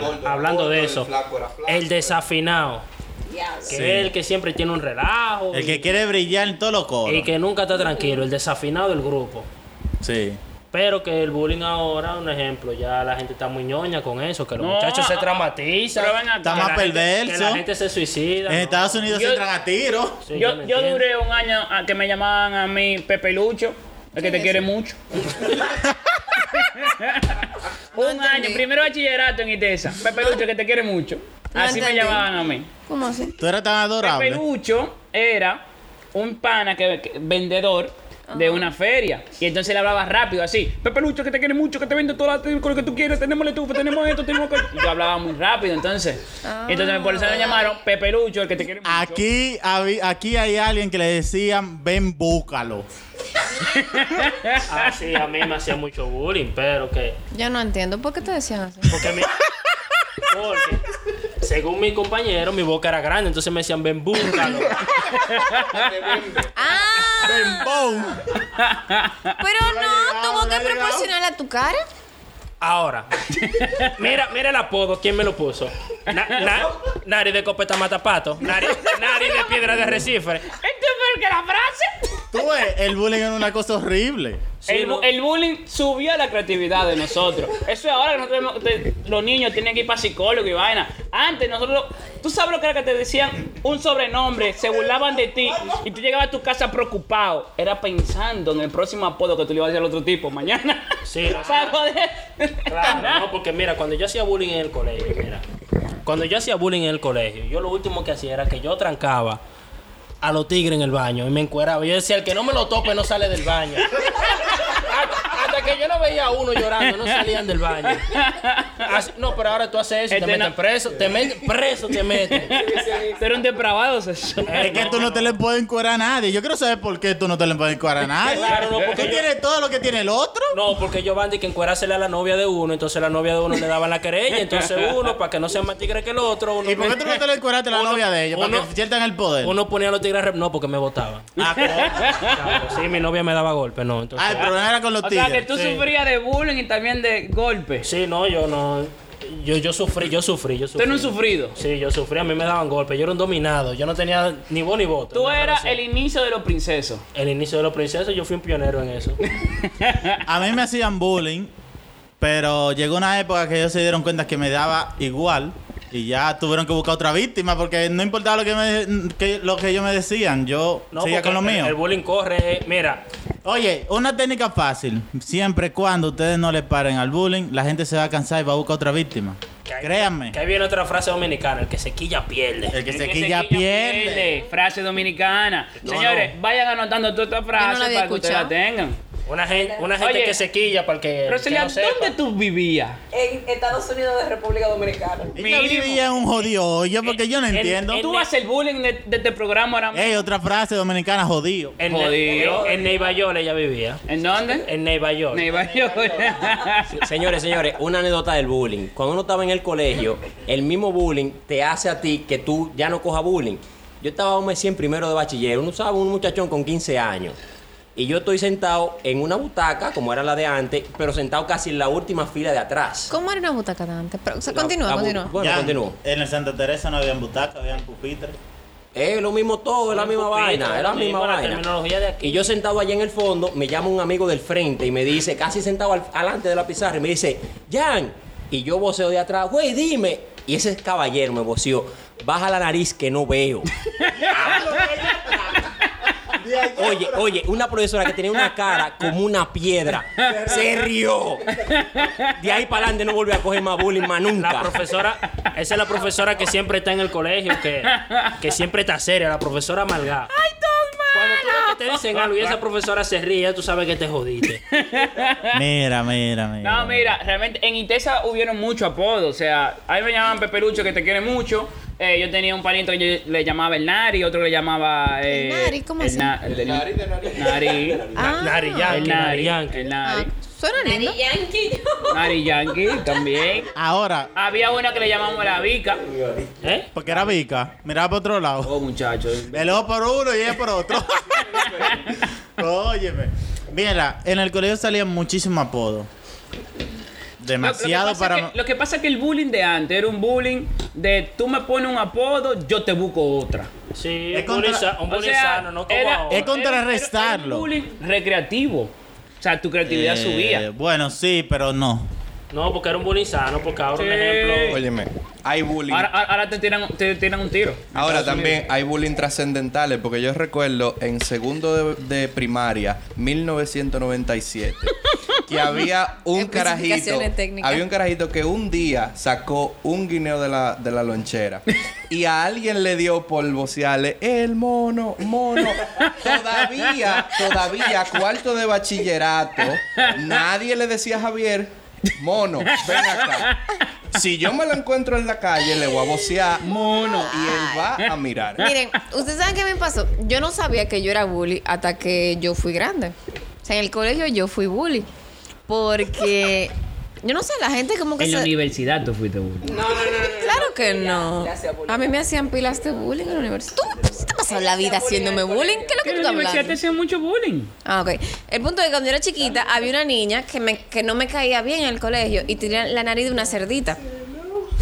Speaker 5: El gordo era
Speaker 4: hablando
Speaker 5: gordo,
Speaker 4: de
Speaker 5: el
Speaker 4: eso.
Speaker 5: flaco era flaco.
Speaker 4: El desafinado.
Speaker 9: Diablo.
Speaker 4: Que
Speaker 3: Sí.
Speaker 4: es el que siempre tiene un relajo.
Speaker 3: El
Speaker 4: y-
Speaker 3: que quiere brillar en todos los
Speaker 4: y
Speaker 3: coros.
Speaker 4: que nunca está tranquilo. El desafinado del grupo.
Speaker 3: Sí.
Speaker 4: Pero que el bullying ahora, un ejemplo, ya la gente está muy ñoña con eso, que los
Speaker 1: No,
Speaker 4: muchachos se
Speaker 1: ah,
Speaker 4: traumatizan.
Speaker 1: pero ven acá.
Speaker 4: que
Speaker 3: Está más
Speaker 4: la gente- Que la
Speaker 3: perverso.
Speaker 4: gente se suicida.
Speaker 3: En
Speaker 4: ¿no?
Speaker 3: Estados Unidos
Speaker 1: Yo-
Speaker 3: se entran a tiro.
Speaker 4: Sí,
Speaker 1: yo,
Speaker 4: no
Speaker 1: yo
Speaker 4: entiendo.
Speaker 1: duré un año a que me llamaban a mí Pepe Lucho, el que te quiere
Speaker 2: [laughs]
Speaker 1: mucho. un año, primero bachillerato en ITESA, Pepe Lucho, que te quiere mucho.
Speaker 2: No
Speaker 1: Así me
Speaker 2: entendí.
Speaker 1: llamaban a mí.
Speaker 2: ¿Cómo así?
Speaker 3: Tú eras tan
Speaker 1: Pepe
Speaker 3: adorable.
Speaker 1: Lucho era un pana que, que- vendedor de una feria. Y entonces le hablaba rápido así. Pepe Lucho, que te quiere mucho, que te vende todo lo que tú quieres, tenemos la estufa, tenemos esto, tenemos aquello. Y Yo hablaba muy rápido, entonces. Entonces por
Speaker 2: Ah.
Speaker 1: eso me llamaron Pepe Lucho, el que te quiere mucho.
Speaker 3: Aquí, habí- aquí hay alguien que le decían, ven, búscalo.
Speaker 4: Ah, sí, a mí me hacía mucho bullying, pero que.
Speaker 2: Yo no entiendo. ¿Por qué te decían así?
Speaker 4: Porque, mi- porque, según mi compañero, mi boca era grande, entonces me decían, ven, búscalo.
Speaker 2: ¡Ah!
Speaker 3: ¡Ven, boom!
Speaker 2: Pero no,
Speaker 3: llegado,
Speaker 2: tuvo
Speaker 3: no
Speaker 2: que
Speaker 3: ha llegado.
Speaker 2: proporcionarle a tu cara.
Speaker 4: Ahora, mira, mira el apodo, ¿quién me lo puso? Na- na- nariz de copeta matapato, nariz, nariz de piedra de
Speaker 1: Esto
Speaker 4: recife.
Speaker 1: es peor que la frase.
Speaker 3: Tú ves, el bullying era una cosa horrible.
Speaker 4: Sí,
Speaker 1: el, bu-
Speaker 4: no.
Speaker 1: el bullying subió la creatividad de nosotros. Eso es ahora que nosotros, te- los niños tienen que ir para psicólogo y vaina. Antes nosotros, tú sabes lo que era que te decían un sobrenombre, se burlaban de ti y tú llegabas a tu casa preocupado. Era pensando en el próximo apodo que tú le ibas a decir al otro tipo mañana.
Speaker 4: Sí,
Speaker 1: [laughs] O sea, joder.
Speaker 4: Claro, no, porque mira, cuando yo hacía bullying en el colegio, mira. Cuando yo hacía bullying en el colegio, yo lo último que hacía era que yo trancaba a los tigres en el baño y me encueraba. Yo decía, el que no me lo tope no sale del baño. hasta, hasta que yo no veía a uno llorando, no salían del baño. Así- no, pero ahora tú haces eso, y te
Speaker 1: Este
Speaker 4: meten
Speaker 1: no-
Speaker 4: preso, te meten preso, te meten.
Speaker 1: [laughs] Tú eres un depravado, César.
Speaker 4: Eh,
Speaker 3: Es que tú no te le puedes encuadrar a nadie. Yo quiero saber por qué tú no te le puedes encuadrar a nadie.
Speaker 4: Claro, no, porque
Speaker 3: tú
Speaker 4: yo-
Speaker 3: tienes todo lo que tiene el otro.
Speaker 4: No, porque ellos van de que encuerársele a la novia de uno, entonces la novia de uno le daban la querella, entonces uno, para que no sea más tigre que el otro, uno
Speaker 3: ¿Y por qué tú no te le encuadraste a la
Speaker 4: Uno-
Speaker 3: novia de ella? Para
Speaker 4: uno-
Speaker 3: que pierdan el poder.
Speaker 4: Uno ponía los tigres rep- no porque me votaban.
Speaker 3: Ah, co-
Speaker 4: [laughs] Claro, sí, mi novia me daba golpes, no. Entonces,
Speaker 3: ah, el problema era con los
Speaker 1: O sea, que
Speaker 3: tigres.
Speaker 1: tú
Speaker 4: Sí.
Speaker 1: sufrías de bullying y también de golpes.
Speaker 4: sí, no, yo no. Yo, yo sufrí, yo sufrí, yo
Speaker 1: Tú
Speaker 4: sufrí.
Speaker 1: eres un sufrido.
Speaker 4: Sí, yo sufrí, a mí me daban golpes, yo era un dominado, yo no tenía ni voz ni voto.
Speaker 1: Tú
Speaker 4: Nada,
Speaker 1: eras
Speaker 4: sí.
Speaker 1: el inicio de los princesos.
Speaker 4: El inicio de los princesos, yo fui un pionero
Speaker 3: [laughs]
Speaker 4: en eso.
Speaker 3: A mí me hacían bullying, pero llegó una época que ellos se dieron cuenta que me daba igual y ya tuvieron que buscar otra víctima porque no importaba lo que, me, que- lo que ellos me decían, yo
Speaker 4: No,
Speaker 3: seguía
Speaker 4: porque
Speaker 3: con lo
Speaker 4: el-
Speaker 3: mío.
Speaker 4: El bullying corre, eh, mira,
Speaker 3: Oye, una técnica fácil. Siempre cuando ustedes no le paren al bullying, la gente se va a cansar y va a buscar otra víctima.
Speaker 4: Que hay-
Speaker 3: Créanme.
Speaker 4: que ahí viene otra frase dominicana, el que se quilla pierde.
Speaker 3: El que
Speaker 1: El
Speaker 3: se
Speaker 1: que
Speaker 3: quilla
Speaker 1: se quilla
Speaker 3: pierde.
Speaker 1: Frase dominicana. Señores, vayan anotando toda esta
Speaker 2: Yo no
Speaker 1: frase
Speaker 2: la había
Speaker 1: para que ustedes la
Speaker 2: escuchado.
Speaker 1: tengan.
Speaker 4: Una gente, una gente
Speaker 1: Oye,
Speaker 4: que se quilla para el que, el que
Speaker 1: Roselia,
Speaker 4: no sepa.
Speaker 1: ¿dónde tú vivías?
Speaker 6: En Estados Unidos de República Dominicana.
Speaker 3: Ella
Speaker 1: Mínimo.
Speaker 3: vivía en un jodido hoyo porque yo no
Speaker 4: en-
Speaker 3: entiendo.
Speaker 4: en-
Speaker 1: Tú haces el bullying de, de este programa ahora mismo.
Speaker 3: Ey, otra frase dominicana, jodido.
Speaker 4: En,
Speaker 1: Jodido.
Speaker 4: en, en Nueva York ella vivía.
Speaker 3: Eh.
Speaker 1: ¿En dónde?
Speaker 4: En Nueva York.
Speaker 1: Nueva
Speaker 3: [laughs]
Speaker 1: York.
Speaker 7: Señores, señores, una anécdota del bullying. Cuando uno estaba en el colegio, el mismo bullying te hace a ti que tú ya no cojas bullying. Yo estaba un mes en primero de bachiller, uno sabe, un muchachón con 15 años. Y yo estoy sentado en una butaca, como era la de antes, pero sentado casi en la última fila de atrás.
Speaker 2: ¿Cómo era una butaca de antes? Pero, o sea,
Speaker 7: La-
Speaker 2: continúa,
Speaker 7: la bu-
Speaker 2: continúa.
Speaker 7: Bueno,
Speaker 3: Ya,
Speaker 7: continúo.
Speaker 3: En el Santa Teresa no habían butacas, habían pupitres.
Speaker 7: Es lo mismo todo, es la misma vaina, es la misma
Speaker 4: la
Speaker 7: vaina.
Speaker 4: terminología de aquí.
Speaker 7: Y yo sentado allá en el fondo, me llama un amigo del frente y me dice, casi sentado al- alante de la pizarra, y me dice, Jan. Y yo voceo de atrás, güey, dime. Y ese caballero me voceó, baja la nariz que no veo. Oye, oye, una profesora que tenía una cara como una piedra, se rió. De ahí para adelante no volvió a coger más bullying más
Speaker 4: La
Speaker 7: nunca.
Speaker 4: profesora, esa es la profesora que siempre está en el colegio, que,
Speaker 1: [laughs]
Speaker 4: que siempre está seria, la profesora malgada. ¡Ay, Cuando tú ves que te dicen algo y esa profesora se ríe, ya tú sabes que te jodiste.
Speaker 1: [laughs]
Speaker 3: Mira, mira, mira.
Speaker 1: No, mira, realmente en Itesa hubieron muchos apodos. O sea, ahí me llamaban Peperucho, que te quiere mucho. eh, yo tenía un palito que yo le llamaba el Nari, otro que le llamaba. Eh,
Speaker 2: Nari? ¿Cómo
Speaker 1: el
Speaker 2: así?
Speaker 1: Na-
Speaker 5: El de Nari, de Nari.
Speaker 3: [laughs]
Speaker 1: Nari.
Speaker 2: Ah.
Speaker 4: Nari
Speaker 1: El
Speaker 4: Yankee, Nari
Speaker 1: Nari.
Speaker 4: Yankee.
Speaker 1: El
Speaker 2: Ah,
Speaker 1: Nari.
Speaker 2: suena lindo.
Speaker 6: Nari Yankee.
Speaker 1: Nari Yankee también.
Speaker 3: Ahora,
Speaker 1: Había una que le llamamos la Vica.
Speaker 4: ¿Eh?
Speaker 3: porque era Vica, miraba para otro lado.
Speaker 1: Oh, muchachos.
Speaker 3: El ojo por uno y ella por
Speaker 1: [laughs]
Speaker 3: otro. Óyeme. Mira, en el colegio salían muchísimos apodos.
Speaker 1: lo,
Speaker 3: Demasiado
Speaker 1: lo que pasa
Speaker 3: para.
Speaker 1: es que- lo que pasa es que el bullying de antes era un bullying de tú me pones un apodo, yo te busco otra.
Speaker 4: Sí,
Speaker 3: Es
Speaker 4: un
Speaker 3: contra-
Speaker 4: bullying sa- Ah, un
Speaker 1: O
Speaker 4: bullying
Speaker 1: sea,
Speaker 4: sano, no como
Speaker 1: era-
Speaker 4: ahora.
Speaker 3: Es con- contrarrestarlo.
Speaker 1: Era, era un bullying recreativo. O sea, tu creatividad
Speaker 3: Eh,
Speaker 1: subía.
Speaker 3: Bueno, sí, pero no.
Speaker 4: No, porque era un bullying sano, porque ahora un
Speaker 1: Sí.
Speaker 4: ejemplo.
Speaker 8: Óyeme, hay bullying.
Speaker 1: Ahora,
Speaker 8: Ahora,
Speaker 1: ahora- ahora te, tiran, te tiran un tiro.
Speaker 8: también hay bullying trascendentales, porque yo recuerdo en segundo de, de primaria,
Speaker 2: [laughs]
Speaker 8: 1997, que había un carajito.
Speaker 2: Especificaciones técnicas.
Speaker 8: Había un carajito que un día sacó un guineo de la, de la lonchera y a alguien le dio por vocearle el mono, mono. Todavía, todavía, cuarto de bachillerato, nadie le decía a Javier, mono, ven acá. Si yo me lo encuentro en la calle, le voy a vocear mono y él va a mirar.
Speaker 2: Miren, ustedes saben qué me pasó. Yo no sabía que yo era bully hasta que yo fui grande. O sea, en el colegio yo fui bully. Porque, yo no sé, la gente como que
Speaker 1: En la
Speaker 2: se...
Speaker 1: universidad tú fuiste bullying.
Speaker 6: No, no, no, no, no.
Speaker 2: Claro que no.
Speaker 6: le hacía bullying.
Speaker 2: A mí me hacían pilas de bullying en la universidad. ¿Tú me- tú te has pasado la vida
Speaker 6: Ella hacía bullying
Speaker 2: haciéndome
Speaker 6: en el
Speaker 2: bullying? ¿Qué es lo que
Speaker 1: En
Speaker 2: tú
Speaker 1: la
Speaker 2: estás
Speaker 1: universidad te
Speaker 2: hablando?
Speaker 1: hacían mucho bullying.
Speaker 2: Ah, ok. El punto es que cuando yo era chiquita había una niña que, me, que no me caía bien en el colegio y tenía la nariz de una cerdita.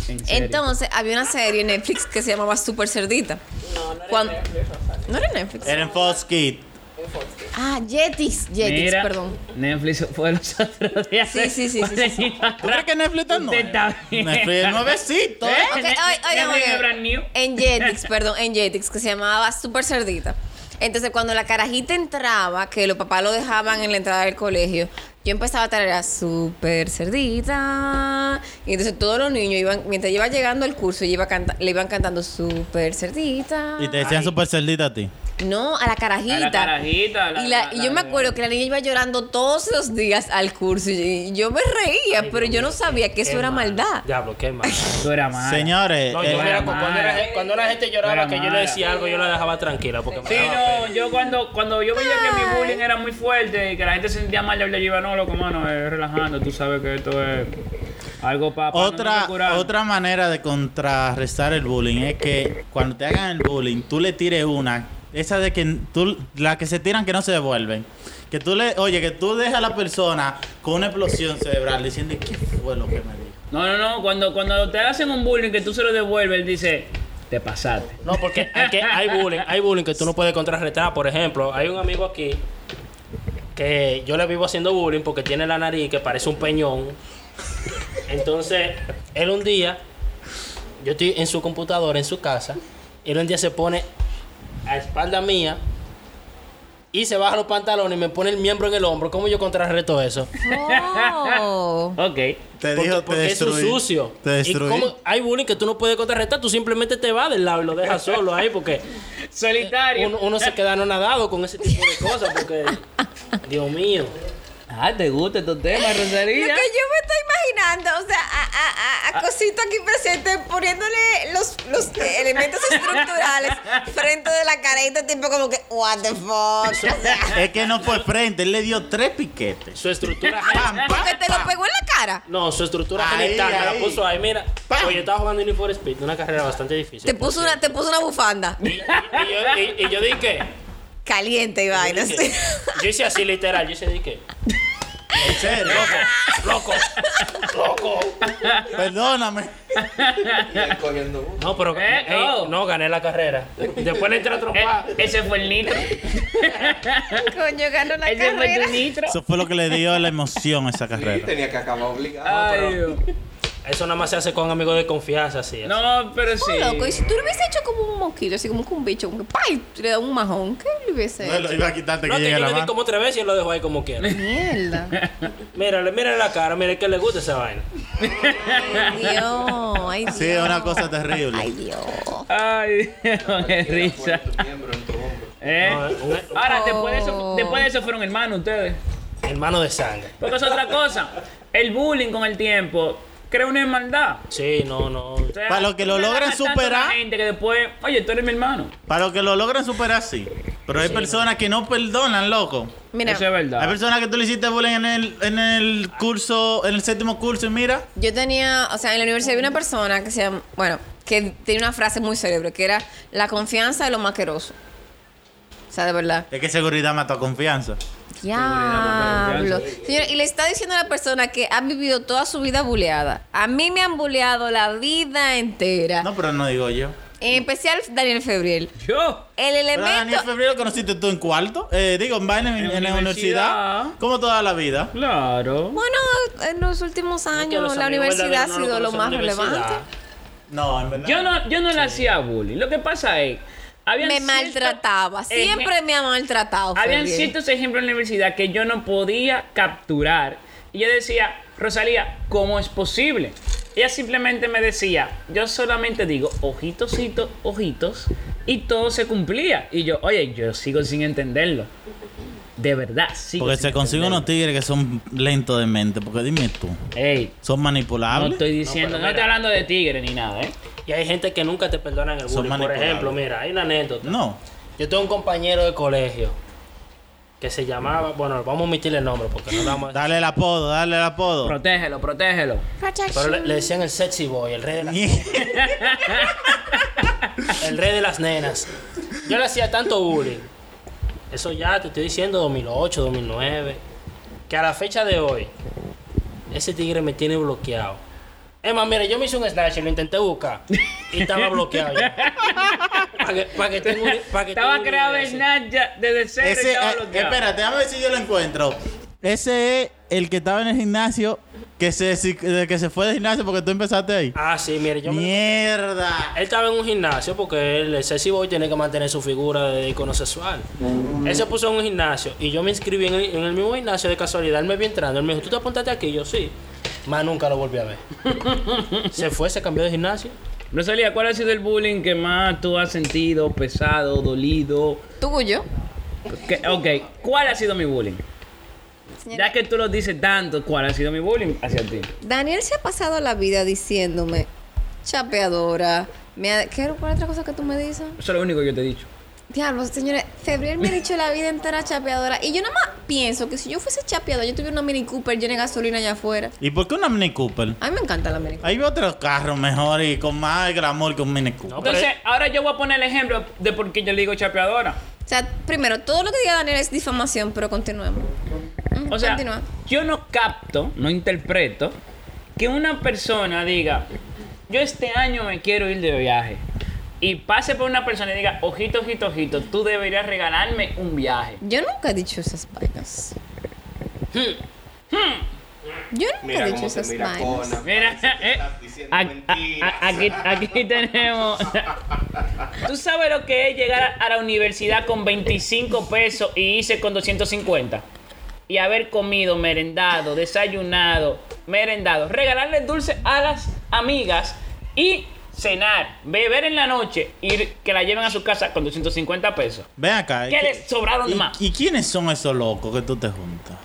Speaker 1: En serio.
Speaker 2: Entonces había una serie en Netflix que se llamaba Super Cerdita. No, no era Netflix. No era Netflix.
Speaker 3: Era en Fox Kid.
Speaker 2: Ah, Yetis. Yetis,
Speaker 1: Mira, ¿Eh?
Speaker 2: perdón.
Speaker 1: Netflix fue los [laughs] otros días.
Speaker 2: Sí, sí, sí, sí, sí, sí.
Speaker 3: ¿Tú crees que Netflix está
Speaker 1: Usted
Speaker 3: nuevo?
Speaker 1: está
Speaker 2: eh.
Speaker 1: bien.
Speaker 3: Netflix es nuevecito. ¿eh?
Speaker 1: Ne-
Speaker 2: Ok, oye, oye,
Speaker 1: Netflix
Speaker 2: oye.
Speaker 1: es brand new. [laughs]
Speaker 2: En Jetix, perdón, en Jetix, que se llamaba Super Cerdita. Entonces, cuando la carajita entraba, que los papás lo dejaban en la entrada del colegio, yo empezaba a traer Super Cerdita. Y entonces todos los niños iban, mientras iba llegando el curso, ella iba canta- le iban cantando Super Cerdita.
Speaker 3: Y te decían super cerdita a ti.
Speaker 2: No, a la carajita.
Speaker 1: A la carajita, la-
Speaker 2: y, la- y
Speaker 1: la-
Speaker 2: yo
Speaker 1: la-
Speaker 2: me acuerdo que la niña iba llorando todos los días al curso. Y y yo me reía, pero yo no sabía que eso
Speaker 4: Qué
Speaker 2: era
Speaker 4: mala.
Speaker 2: maldad.
Speaker 4: Diablo, qué mal.
Speaker 1: Tú eras mala.
Speaker 3: Señores,
Speaker 4: No,
Speaker 3: eh,
Speaker 4: yo mira,
Speaker 1: era
Speaker 4: cuando,
Speaker 1: mala.
Speaker 4: era, gen- cuando la gente lloraba
Speaker 1: Era
Speaker 4: que yo
Speaker 1: mala.
Speaker 4: le decía algo, yo la dejaba tranquila. Porque me
Speaker 1: Sí,
Speaker 4: daba
Speaker 1: no,
Speaker 4: pena.
Speaker 1: yo cuando, cuando yo veía que mi bullying era muy fuerte y que la gente se sentía mal, yo le iba, no, loco, mano, es relajando, tú sabes que esto es algo para...
Speaker 3: otra, otra manera de contrarrestar el bullying es que cuando te hagan el bullying, tú le tires una. Esa de que tú, la que se tiran que no se devuelven. Que tú le, oye, que tú dejas a la persona con una explosión cerebral diciendo, ¿qué fue lo que me dijo?
Speaker 1: No, no, no, cuando, cuando te hacen un bullying que tú se lo devuelves, él dice, te pasaste.
Speaker 4: No, porque hay, que- hay bullying, hay bullying que tú no puedes contrarrestar. Por ejemplo, hay un amigo aquí que yo le vivo haciendo bullying porque tiene la nariz que parece un peñón. Entonces, él un día, yo estoy en su computadora, en su casa, él un día se pone a espalda mía y se baja los pantalones y me pone el miembro en el hombro. ¿Cómo yo contrarresto eso?
Speaker 2: Oh.
Speaker 1: Ok.
Speaker 3: Te
Speaker 4: Porque,
Speaker 3: dijo, te
Speaker 4: porque eso es
Speaker 3: destruí.
Speaker 4: sucio.
Speaker 3: Te
Speaker 4: y
Speaker 3: destruí. [laughs]
Speaker 4: como hay bullying que tú no puedes contrarrestar, tú simplemente te vas del lado y
Speaker 3: [laughs]
Speaker 4: lo dejas solo ahí porque
Speaker 1: Solitario.
Speaker 4: uno, uno se queda anonadado con ese tipo de cosas porque, Dios mío.
Speaker 1: Ah, ¿te gusta estos temas,
Speaker 2: [laughs] Lo que
Speaker 1: Rosalía?
Speaker 2: yo me estoy imaginando, o sea, a,
Speaker 1: Ah.
Speaker 2: a, a, a Cosito aquí presente poniéndole los, los eh, elementos estructurales frente de la careta, tipo como que, what the fuck. O sea,
Speaker 3: Es que no fue frente, él le dio tres piquetes.
Speaker 4: Su estructura
Speaker 3: Pam,
Speaker 4: gen-
Speaker 3: pam,
Speaker 2: que te lo
Speaker 3: pam.
Speaker 2: pegó en la cara.
Speaker 4: No, su estructura
Speaker 3: Ahí,
Speaker 4: genital me
Speaker 3: ahí.
Speaker 4: la puso ahí, mira.
Speaker 3: ¡Pam!
Speaker 4: Oye, yo estaba jugando en Need for Speed, una carrera bastante difícil.
Speaker 2: Te puso una, te puso una bufanda
Speaker 4: Y, y- y yo, y- y yo dije,
Speaker 2: caliente y vainas.
Speaker 1: [laughs]
Speaker 4: yo hice así literal, yo hice dije,
Speaker 3: En serio.
Speaker 4: loco, loco.
Speaker 3: Perdóname.
Speaker 5: Y él cogiendo bus.
Speaker 4: No, pero
Speaker 1: Eh,
Speaker 4: ey,
Speaker 1: oh.
Speaker 4: no gané la carrera. Después le entré a
Speaker 1: Eh,
Speaker 4: trompar.
Speaker 1: ese fue el nitro.
Speaker 2: Coño, ganó la
Speaker 1: Ese fue
Speaker 2: carrera.
Speaker 1: tu nitro.
Speaker 3: Eso fue lo que le dio la emoción a esa
Speaker 5: Sí,
Speaker 3: carrera.
Speaker 5: tenía que acabar obligado.
Speaker 1: Ay,
Speaker 5: pero-
Speaker 1: Dios.
Speaker 4: Eso nada más se hace con amigos de confianza, así.
Speaker 1: No, pero sí.
Speaker 2: Oh, loco, y si tú le hubieses hecho como un mosquito, así como que un bicho, como que ¡pay! Le da un majón, ¿qué le hubiese
Speaker 3: No,
Speaker 2: hecho?
Speaker 3: lo iba a quitarte
Speaker 4: No,
Speaker 3: que
Speaker 4: que
Speaker 3: llegue
Speaker 4: yo
Speaker 3: la
Speaker 4: le di
Speaker 3: mano.
Speaker 4: como tres veces y lo dejo ahí como quiera.
Speaker 2: Mierda.
Speaker 1: [laughs]
Speaker 4: Mírale, mírale la cara, mire que le gusta esa vaina.
Speaker 2: Ay, Dios, ay, Dios.
Speaker 3: Sí, es una cosa terrible.
Speaker 2: Ay, Dios.
Speaker 1: Ay, [laughs] Dios, qué
Speaker 5: Cualquiera pone
Speaker 1: risa.
Speaker 5: tu miembro en tu hombro.
Speaker 1: ¿Eh?
Speaker 4: No, un- e- un-
Speaker 1: Ahora,
Speaker 2: Oh.
Speaker 1: después, de eso, después de eso fueron hermanos ustedes.
Speaker 4: Hermano de sangre.
Speaker 1: Porque es otra cosa. El bullying con el tiempo crea una hermandad.
Speaker 4: Sí, no, no.
Speaker 1: O sea,
Speaker 3: Para los que
Speaker 1: tú
Speaker 3: lo
Speaker 1: me
Speaker 3: logren
Speaker 1: ganas tanto a la
Speaker 3: superar.
Speaker 1: gente que después, oye, tú eres mi hermano.
Speaker 3: Para los que lo logran superar, sí. Pero hay personas que no perdonan, loco.
Speaker 2: Mira,
Speaker 1: Eso es
Speaker 3: Hay
Speaker 1: verdad.
Speaker 3: personas que tú le hiciste bullying en el, en el curso, en el séptimo curso, y mira.
Speaker 2: yo tenía, o sea, en la universidad había una persona que se llama, bueno, que tenía una frase muy célebre, que era la confianza de lo maqueroso. O sea, de verdad.
Speaker 3: Es que seguridad mata confianza.
Speaker 2: Diablo. Señora, y le está diciendo a la persona que ha vivido toda su vida buleada. A mí me han buleado la vida entera.
Speaker 3: No, pero no digo yo.
Speaker 2: En especial Daniel Febriel.
Speaker 1: Yo.
Speaker 2: El
Speaker 3: Pero a Daniel
Speaker 2: elemento.
Speaker 3: Febrero conociste tú en cuarto. Eh, digo, en vaina, en,
Speaker 1: En
Speaker 3: en la
Speaker 1: universidad.
Speaker 3: universidad. Como toda la vida.
Speaker 1: Claro.
Speaker 2: Bueno, en los últimos
Speaker 4: que
Speaker 2: años
Speaker 4: los
Speaker 2: la
Speaker 4: amigos
Speaker 2: universidad ha
Speaker 4: verdaderos no lo
Speaker 2: sido lo
Speaker 4: conocen
Speaker 2: más
Speaker 4: en la universidad.
Speaker 2: relevante.
Speaker 3: No, en verdad.
Speaker 1: Yo no, yo no le hacía bullying. Lo que pasa es. habían
Speaker 2: Me
Speaker 1: cierta-
Speaker 2: maltrataba. Siempre me ha maltratado.
Speaker 1: Habían
Speaker 2: Febriel.
Speaker 1: ciertos ejemplos en la universidad que yo no podía capturar. Y yo decía, Rosalía, ¿cómo es posible? Ella simplemente me decía, yo solamente digo ojitos, ojitos, y todo se cumplía. Y yo, oye, yo sigo sin entenderlo. De verdad, sigo
Speaker 3: Porque
Speaker 1: sin
Speaker 3: se consigue unos
Speaker 1: entenderlo.
Speaker 3: tigres que son lentos de mente. Porque dime tú,
Speaker 1: Ey,
Speaker 3: son
Speaker 1: no
Speaker 3: manipulables.
Speaker 1: estoy diciendo, no,
Speaker 4: mira.
Speaker 1: estoy hablando de tigre ni nada, ¿eh?
Speaker 4: Y hay gente que nunca te perdonan el
Speaker 3: Son
Speaker 4: bullying. Por
Speaker 3: manipulables.
Speaker 4: ejemplo, mira, hay una anécdota.
Speaker 3: No.
Speaker 4: Yo tengo un compañero de colegio que se llamaba, bueno, vamos a omitirle el nombre porque no lo vamos a
Speaker 3: Dale el apodo, dale el apodo.
Speaker 1: Protégelo, protégelo.
Speaker 4: Pero le, le decían el sexy boy, el rey de las el rey de las nenas. Yo le hacía tanto bullying. Eso ya te estoy diciendo 2008, 2009. Que a la fecha de hoy, ese tigre me tiene bloqueado. Es más, mira, yo me hice un snatch y lo intenté buscar. Y estaba bloqueado
Speaker 1: [laughs]
Speaker 4: ya. Para que, pa' que tenga un- pa' que tenga
Speaker 1: Estaba
Speaker 4: un
Speaker 1: creado en
Speaker 4: nivel ese.
Speaker 1: Snapchat desde siempre
Speaker 3: Ese,
Speaker 1: estaba
Speaker 3: eh,
Speaker 1: bloqueado.
Speaker 3: espérate, déjame ver si yo lo encuentro. Ese es el que estaba en el gimnasio, que se, que se fue del gimnasio porque tú empezaste ahí.
Speaker 4: Ah, sí, mire, yo me...
Speaker 3: Mierda.
Speaker 4: Él estaba en un gimnasio porque él, el sexy boy tiene que mantener su figura de icono sexual. Él se puso en un gimnasio y yo me inscribí en el, en el mismo gimnasio de casualidad. Él me vio entrando. Él me dijo, ¿tú te apuntaste aquí? Y yo, sí. Más nunca lo volví a ver. se fue, se cambió de gimnasio.
Speaker 1: Rosalía, ¿cuál ha sido el bullying que más tú has sentido pesado, dolido?
Speaker 2: Tuyo.
Speaker 1: Que- ok, ¿cuál ha sido mi bullying? Ya que tú lo dices tanto, ¿cuál ha sido mi bullying hacia ti?
Speaker 2: Daniel se ha pasado la vida diciéndome chapeadora. Me ha- ¿Qué cuál otra cosa que tú me dices?
Speaker 1: Eso es lo único que yo te he dicho.
Speaker 2: Diablo, señores, febrero me ha dicho la vida entera chapeadora. Y yo nada más pienso que si yo fuese chapeadora, yo tuviera una Mini Cooper llena de gasolina allá afuera.
Speaker 3: ¿Y por qué una Mini Cooper?
Speaker 2: A mí me encanta la Mini Cooper.
Speaker 3: Hay otros carros mejor y con más glamour que un Mini Cooper.
Speaker 4: No, pero-
Speaker 1: Entonces, ahora yo voy a poner el ejemplo de por qué yo le digo chapeadora.
Speaker 2: O sea, primero, todo lo que diga Daniel es difamación, pero continuemos. Mm,
Speaker 1: O sea,
Speaker 2: continúa.
Speaker 1: yo no capto, no interpreto que una persona diga, yo este año me quiero ir de viaje. Y pase por una persona y diga, ojito, ojito, ojito, tú deberías regalarme un viaje.
Speaker 2: Yo nunca he dicho esas vainas.
Speaker 1: Hmm.
Speaker 2: Yo nunca
Speaker 5: Mira
Speaker 2: he dicho
Speaker 5: cómo se
Speaker 2: esas
Speaker 5: mira
Speaker 2: vainas.
Speaker 5: Conan.
Speaker 1: Mira,
Speaker 5: parece que
Speaker 1: eh,
Speaker 5: estás diciendo
Speaker 1: a-
Speaker 5: mentiras.
Speaker 1: a- a- aquí,
Speaker 5: [laughs]
Speaker 1: aquí tenemos. [laughs] ¿Tú sabes lo que es llegar a la universidad con 25 pesos y hice con 250? Y haber comido, merendado, desayunado, merendado, regalarle dulce a las amigas y cenar, beber en la noche y que la lleven a su casa con 250 pesos.
Speaker 3: Ven acá. ¿y
Speaker 1: ¿Qué
Speaker 3: qué-
Speaker 1: les sobraron
Speaker 3: y-
Speaker 1: más?
Speaker 3: ¿Y quiénes son esos locos que tú te juntas?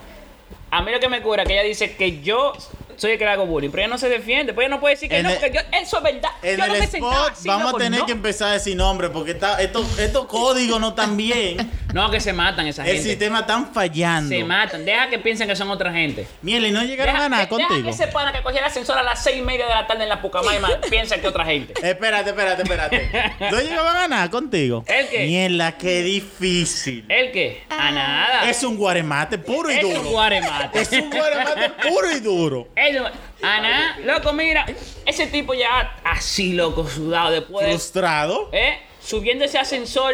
Speaker 1: A mí lo que me cura es que ella dice que yo soy el que le hago bullying, pero ella no se defiende, pero ella no puede decir que
Speaker 3: En
Speaker 1: no,
Speaker 3: el-
Speaker 1: porque yo, eso es verdad.
Speaker 3: En
Speaker 1: yo no
Speaker 3: el
Speaker 1: me sentaba
Speaker 3: spot
Speaker 1: así,
Speaker 3: vamos
Speaker 1: loco,
Speaker 3: a tener
Speaker 1: no.
Speaker 3: que empezar a decir nombres porque está- estos, estos códigos no están bien.
Speaker 1: No, que se matan esa
Speaker 3: El
Speaker 1: gente.
Speaker 3: sistema están fallando.
Speaker 1: Se matan. Deja que piensen que son otra gente.
Speaker 3: Miel, y no llegaron
Speaker 1: Deja,
Speaker 3: a nada
Speaker 1: de- deja
Speaker 3: contigo.
Speaker 1: que ese pana que cogía el ascensor a las seis y media de la tarde en la Pucamayma [laughs] piensa que otra gente.
Speaker 3: Espérate,
Speaker 1: [laughs]
Speaker 3: espérate, espérate. No llegaban a nada contigo.
Speaker 1: ¿El qué?
Speaker 3: Mierda, qué difícil.
Speaker 1: ¿El qué? A nada.
Speaker 3: Es un guaremate puro y
Speaker 1: Es
Speaker 3: duro.
Speaker 1: un guaremate.
Speaker 3: Es un guaremate puro y duro.
Speaker 1: Es un- A nada. Loco, mira. Ese tipo ya así, loco, sudado después.
Speaker 3: Frustrado.
Speaker 1: de- ¿Eh? Subiendo ese ascensor.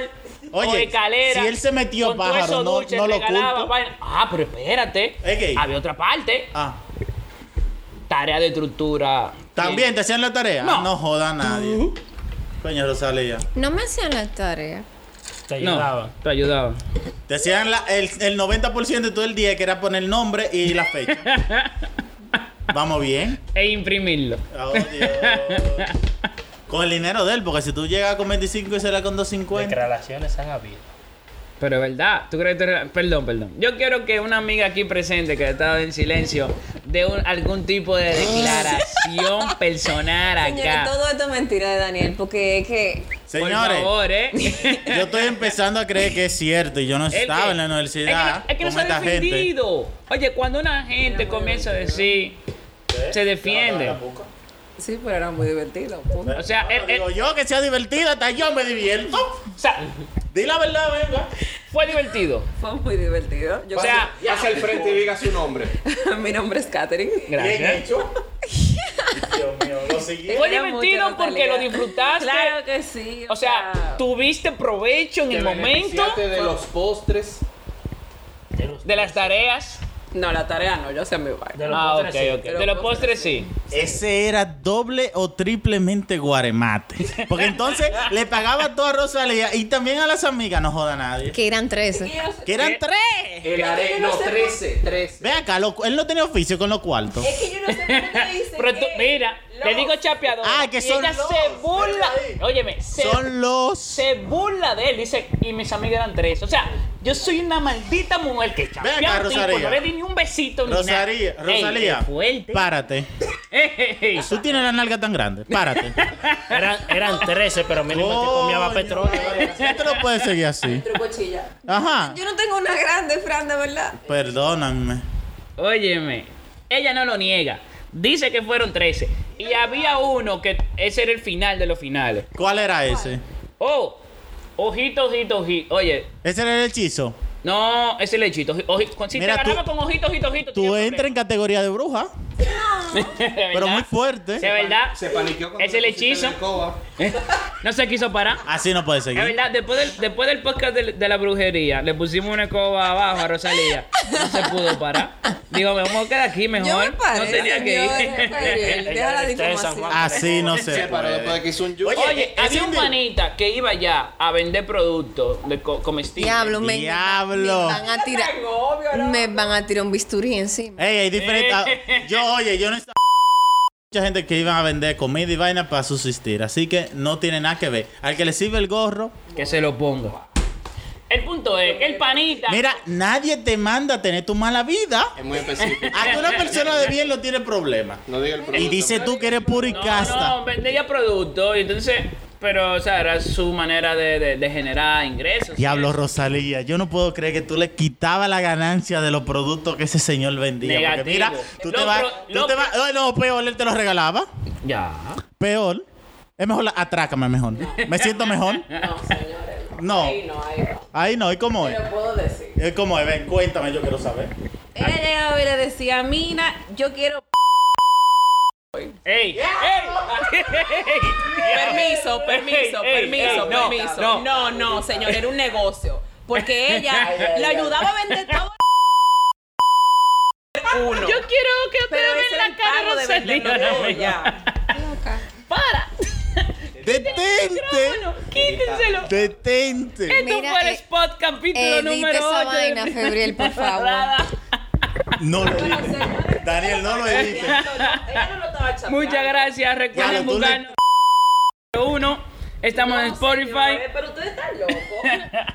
Speaker 3: Oye,
Speaker 1: o escalera,
Speaker 3: si él se metió
Speaker 1: con todo
Speaker 3: pájaro,
Speaker 1: eso
Speaker 3: no-
Speaker 1: dulce,
Speaker 3: no lo
Speaker 1: regalaba,
Speaker 3: culpo.
Speaker 1: vaina. Ah, pero espérate.
Speaker 3: Es gay.
Speaker 1: Había otra parte.
Speaker 3: Ah,
Speaker 1: Tarea de estructura.
Speaker 3: también te hacían la tarea.
Speaker 1: No. Uh-huh.
Speaker 3: No, joda a nadie. Coño, Rosalía.
Speaker 2: No me hacían la tarea.
Speaker 4: Te
Speaker 1: No,
Speaker 4: ayudaba.
Speaker 1: te ayudaba.
Speaker 3: Te hacían la- el, el 90% de todo el día que era poner el nombre y la fecha.
Speaker 1: [laughs]
Speaker 3: Vamos bien.
Speaker 1: E imprimirlo.
Speaker 3: Oh,
Speaker 1: [laughs]
Speaker 3: Dios. Con el dinero de él, porque si tú llegas con 25 y será con 250.
Speaker 4: Declaraciones han habido.
Speaker 1: Pero verdad, tú crees que te- Perdón, perdón. Yo quiero que una amiga aquí presente que estaba en silencio dé un- algún tipo de declaración. superación
Speaker 2: [laughs]
Speaker 1: personal
Speaker 2: Señores,
Speaker 1: acá.
Speaker 2: todo esto es mentira de Daniel, porque es que.
Speaker 1: Por
Speaker 3: Señores,
Speaker 1: favor,
Speaker 3: [laughs]
Speaker 1: ¿eh? [laughs]
Speaker 3: yo estoy empezando a creer que es cierto y yo no
Speaker 1: El
Speaker 3: estaba
Speaker 1: que-
Speaker 3: en la
Speaker 1: Es
Speaker 3: universidad
Speaker 1: que, es que no
Speaker 3: con
Speaker 1: se ha
Speaker 3: esta gente.
Speaker 1: defendido. Oye, cuando una gente comienza a decir, se defiende.
Speaker 6: Sí, pero era muy divertido. punto.
Speaker 1: O sea,
Speaker 3: Bueno,
Speaker 1: él- él-
Speaker 3: digo yo que sea divertida, hasta yo me divierto.
Speaker 1: o sea,
Speaker 3: Di la verdad, venga.
Speaker 1: fue divertido.
Speaker 6: Fue muy divertido. Yo
Speaker 1: O sea,
Speaker 5: Pase al frente y diga su nombre.
Speaker 6: [laughs] mi nombre es Katherine.
Speaker 3: Bien
Speaker 1: gracias.
Speaker 3: hecho. Dios mío, lo siguiente.
Speaker 1: Fue
Speaker 6: Era mucho,
Speaker 1: divertido porque
Speaker 6: Natalia.
Speaker 1: lo disfrutaste.
Speaker 6: Claro que sí.
Speaker 1: O sea, tuviste provecho en el momento
Speaker 5: Beneficiate de los postres.
Speaker 1: de las tareas.
Speaker 6: No, la tarea no, yo sé mi
Speaker 4: De
Speaker 6: vaina.
Speaker 4: los
Speaker 1: Ah, ok,
Speaker 4: postres, sí.
Speaker 1: ok. De los postres sí.
Speaker 3: Ese era doble o triplemente guaremate. Porque entonces le pagaba todo a Rosalía y también a las amigas, no joda a nadie.
Speaker 2: Que eran 13.
Speaker 3: Que eran
Speaker 1: ¿Qué?
Speaker 3: tres.
Speaker 5: El are... No, 13, 13.
Speaker 3: Ve acá, lo- él no tenía oficio con los cuartos.
Speaker 6: Es que yo no sé por qué dicen
Speaker 1: Pero tú-
Speaker 6: que
Speaker 1: mira, le
Speaker 6: los-
Speaker 1: digo chapeador.
Speaker 3: Ah, que son
Speaker 1: ella
Speaker 3: los,
Speaker 1: se burla.
Speaker 3: ahí.
Speaker 1: Óyeme, se,
Speaker 3: Son los.
Speaker 1: se burla de él. Dice, y mis amigas eran tres. O sea, yo soy una maldita mujer que chapea
Speaker 3: Ven acá,
Speaker 1: a un tipo, No
Speaker 3: Rosalía.
Speaker 1: le di ni un besito ni
Speaker 3: Rosalía,
Speaker 1: nada. Ey,
Speaker 3: Rosalía.
Speaker 1: qué fuerte.
Speaker 3: Párate.
Speaker 1: Ey, ey, ey.
Speaker 3: Tú tienes la nalga tan grande. Párate.
Speaker 4: Eran, eran 13, [laughs] pero mínimo te comiaba
Speaker 3: Coño,
Speaker 4: petróleo.
Speaker 3: vale. Esto no puede seguir así.
Speaker 6: Truco chilla.
Speaker 3: Ajá.
Speaker 2: Yo no tengo una grande, Fran, de verdad.
Speaker 3: Perdóname.
Speaker 1: [laughs] Óyeme, ella no lo niega. Dice que fueron 13. Y había uno que ese era el final de los finales.
Speaker 3: ¿Cuál era ese?
Speaker 1: Oh, ojito, ojito, ojito. Oye,
Speaker 3: Ese era el hechizo.
Speaker 1: no, ese lechito. oji- oji- con- si
Speaker 3: Mira,
Speaker 1: te ganaba
Speaker 3: tú-
Speaker 1: con ojito, ojito, ojito.
Speaker 3: Tú
Speaker 1: [laughs]
Speaker 3: entras en categoría de bruja, pero muy
Speaker 1: De
Speaker 3: fuerte.
Speaker 1: verdad,
Speaker 5: Se paniqueó cuando
Speaker 1: Ese
Speaker 5: le
Speaker 1: el
Speaker 5: pusiste
Speaker 1: hechizo. ¿Eh?
Speaker 5: la escoba.
Speaker 1: no se quiso parar.
Speaker 3: Así no puede
Speaker 1: Es
Speaker 3: seguir.
Speaker 1: verdad, después del, después del podcast del- de, la brujería, le pusimos una escoba abajo a Rosalía. No se pudo parar. Digo, me vamos a quedar aquí mejor.
Speaker 2: Yo me paré.
Speaker 1: no tenía
Speaker 2: señores,
Speaker 1: [laughs] que ir.
Speaker 2: Gabriel, Deja la
Speaker 4: Ella está en San
Speaker 2: difamación.
Speaker 4: Juan.
Speaker 3: Así no se
Speaker 5: Se paró después de
Speaker 3: puede.
Speaker 5: que hizo un yugo.
Speaker 1: Oye,
Speaker 3: eh, ese
Speaker 1: había un
Speaker 3: individuo-
Speaker 1: panita que iba ya a vender productos de co- comestibles.
Speaker 2: Diablo, me,
Speaker 3: Diablo.
Speaker 2: me van a tirar.
Speaker 6: Tan obvio, ¿no?
Speaker 2: Me van a tirar un bisturí encima.
Speaker 3: Ey, hay diferentes. Yo, oye, yo no estaba. Mucha gente que iban a vender comida y vaina para subsistir. Así que no tiene nada que ver. Al que le sirve el gorro.
Speaker 1: Que se lo ponga. El punto es que el panita.
Speaker 3: Mira, nadie te manda a tener tu mala vida.
Speaker 5: Es muy específico.
Speaker 3: A una persona de bien no tiene problema.
Speaker 5: No diga el producto.
Speaker 3: Y dice tú que eres puro y
Speaker 1: no,
Speaker 3: casta.
Speaker 1: no, vendía productos. y Entonces, pero, o sea, era su manera de, de- de generar ingresos.
Speaker 3: Diablo, Rosalía, yo no puedo creer que tú le quitabas la ganancia de los productos que ese señor vendía. Porque
Speaker 1: Negativo.
Speaker 3: mira, tú
Speaker 1: Lo
Speaker 3: te vas.
Speaker 1: pro-
Speaker 3: Tú
Speaker 1: lo
Speaker 3: te
Speaker 1: pro-
Speaker 3: vas Ay, no, peor, él te los regalaba.
Speaker 1: Ya.
Speaker 3: Peor. Es mejor, la- atrácame mejor. Me siento mejor.
Speaker 6: [laughs] No, señores.
Speaker 3: No.
Speaker 6: Ahí no, ahí no.
Speaker 3: Ahí no, ¿y cómo es?
Speaker 6: Te lo puedo decir.
Speaker 3: ¿Y ¿Cómo es? Ven, cuéntame, yo quiero saber.
Speaker 2: Eh,
Speaker 6: Ella llegaba y le decía, Mina, yo quiero
Speaker 1: ¡Ey! ¡Ey!
Speaker 6: Permiso, permiso,
Speaker 1: Ey, ey,
Speaker 6: permiso,
Speaker 1: ey, no,
Speaker 6: permiso.
Speaker 1: no.
Speaker 6: No, no, señor, era un negocio. Porque [laughs] ella le ayudaba a vender todo. Uno.
Speaker 1: Yo quiero que ustedes
Speaker 6: [laughs] Pero ese
Speaker 1: vean
Speaker 6: era
Speaker 1: la
Speaker 6: el
Speaker 1: cara
Speaker 6: pago de
Speaker 1: de
Speaker 6: vender
Speaker 1: Rosalía.
Speaker 6: todo, ya.
Speaker 1: ¡Para!
Speaker 3: ¡Detente!
Speaker 1: Bueno, quítenselo.
Speaker 3: ¡Detente!
Speaker 1: Esto
Speaker 2: Mira,
Speaker 1: fue el
Speaker 2: eh,
Speaker 1: spot capítulo
Speaker 2: edita
Speaker 1: número 8.
Speaker 2: esa vaina, Febril, por
Speaker 1: [laughs]
Speaker 2: favor.
Speaker 3: No lo edites. Daniel, no lo edites.
Speaker 6: Ella no lo estaba chapeando.
Speaker 1: Muchas gracias. Recuerden
Speaker 3: Claro, tú le-
Speaker 1: buscarnos. Número uno. Estamos en
Speaker 6: No, eh,
Speaker 1: Spotify.
Speaker 6: señores, Pero usted está loco.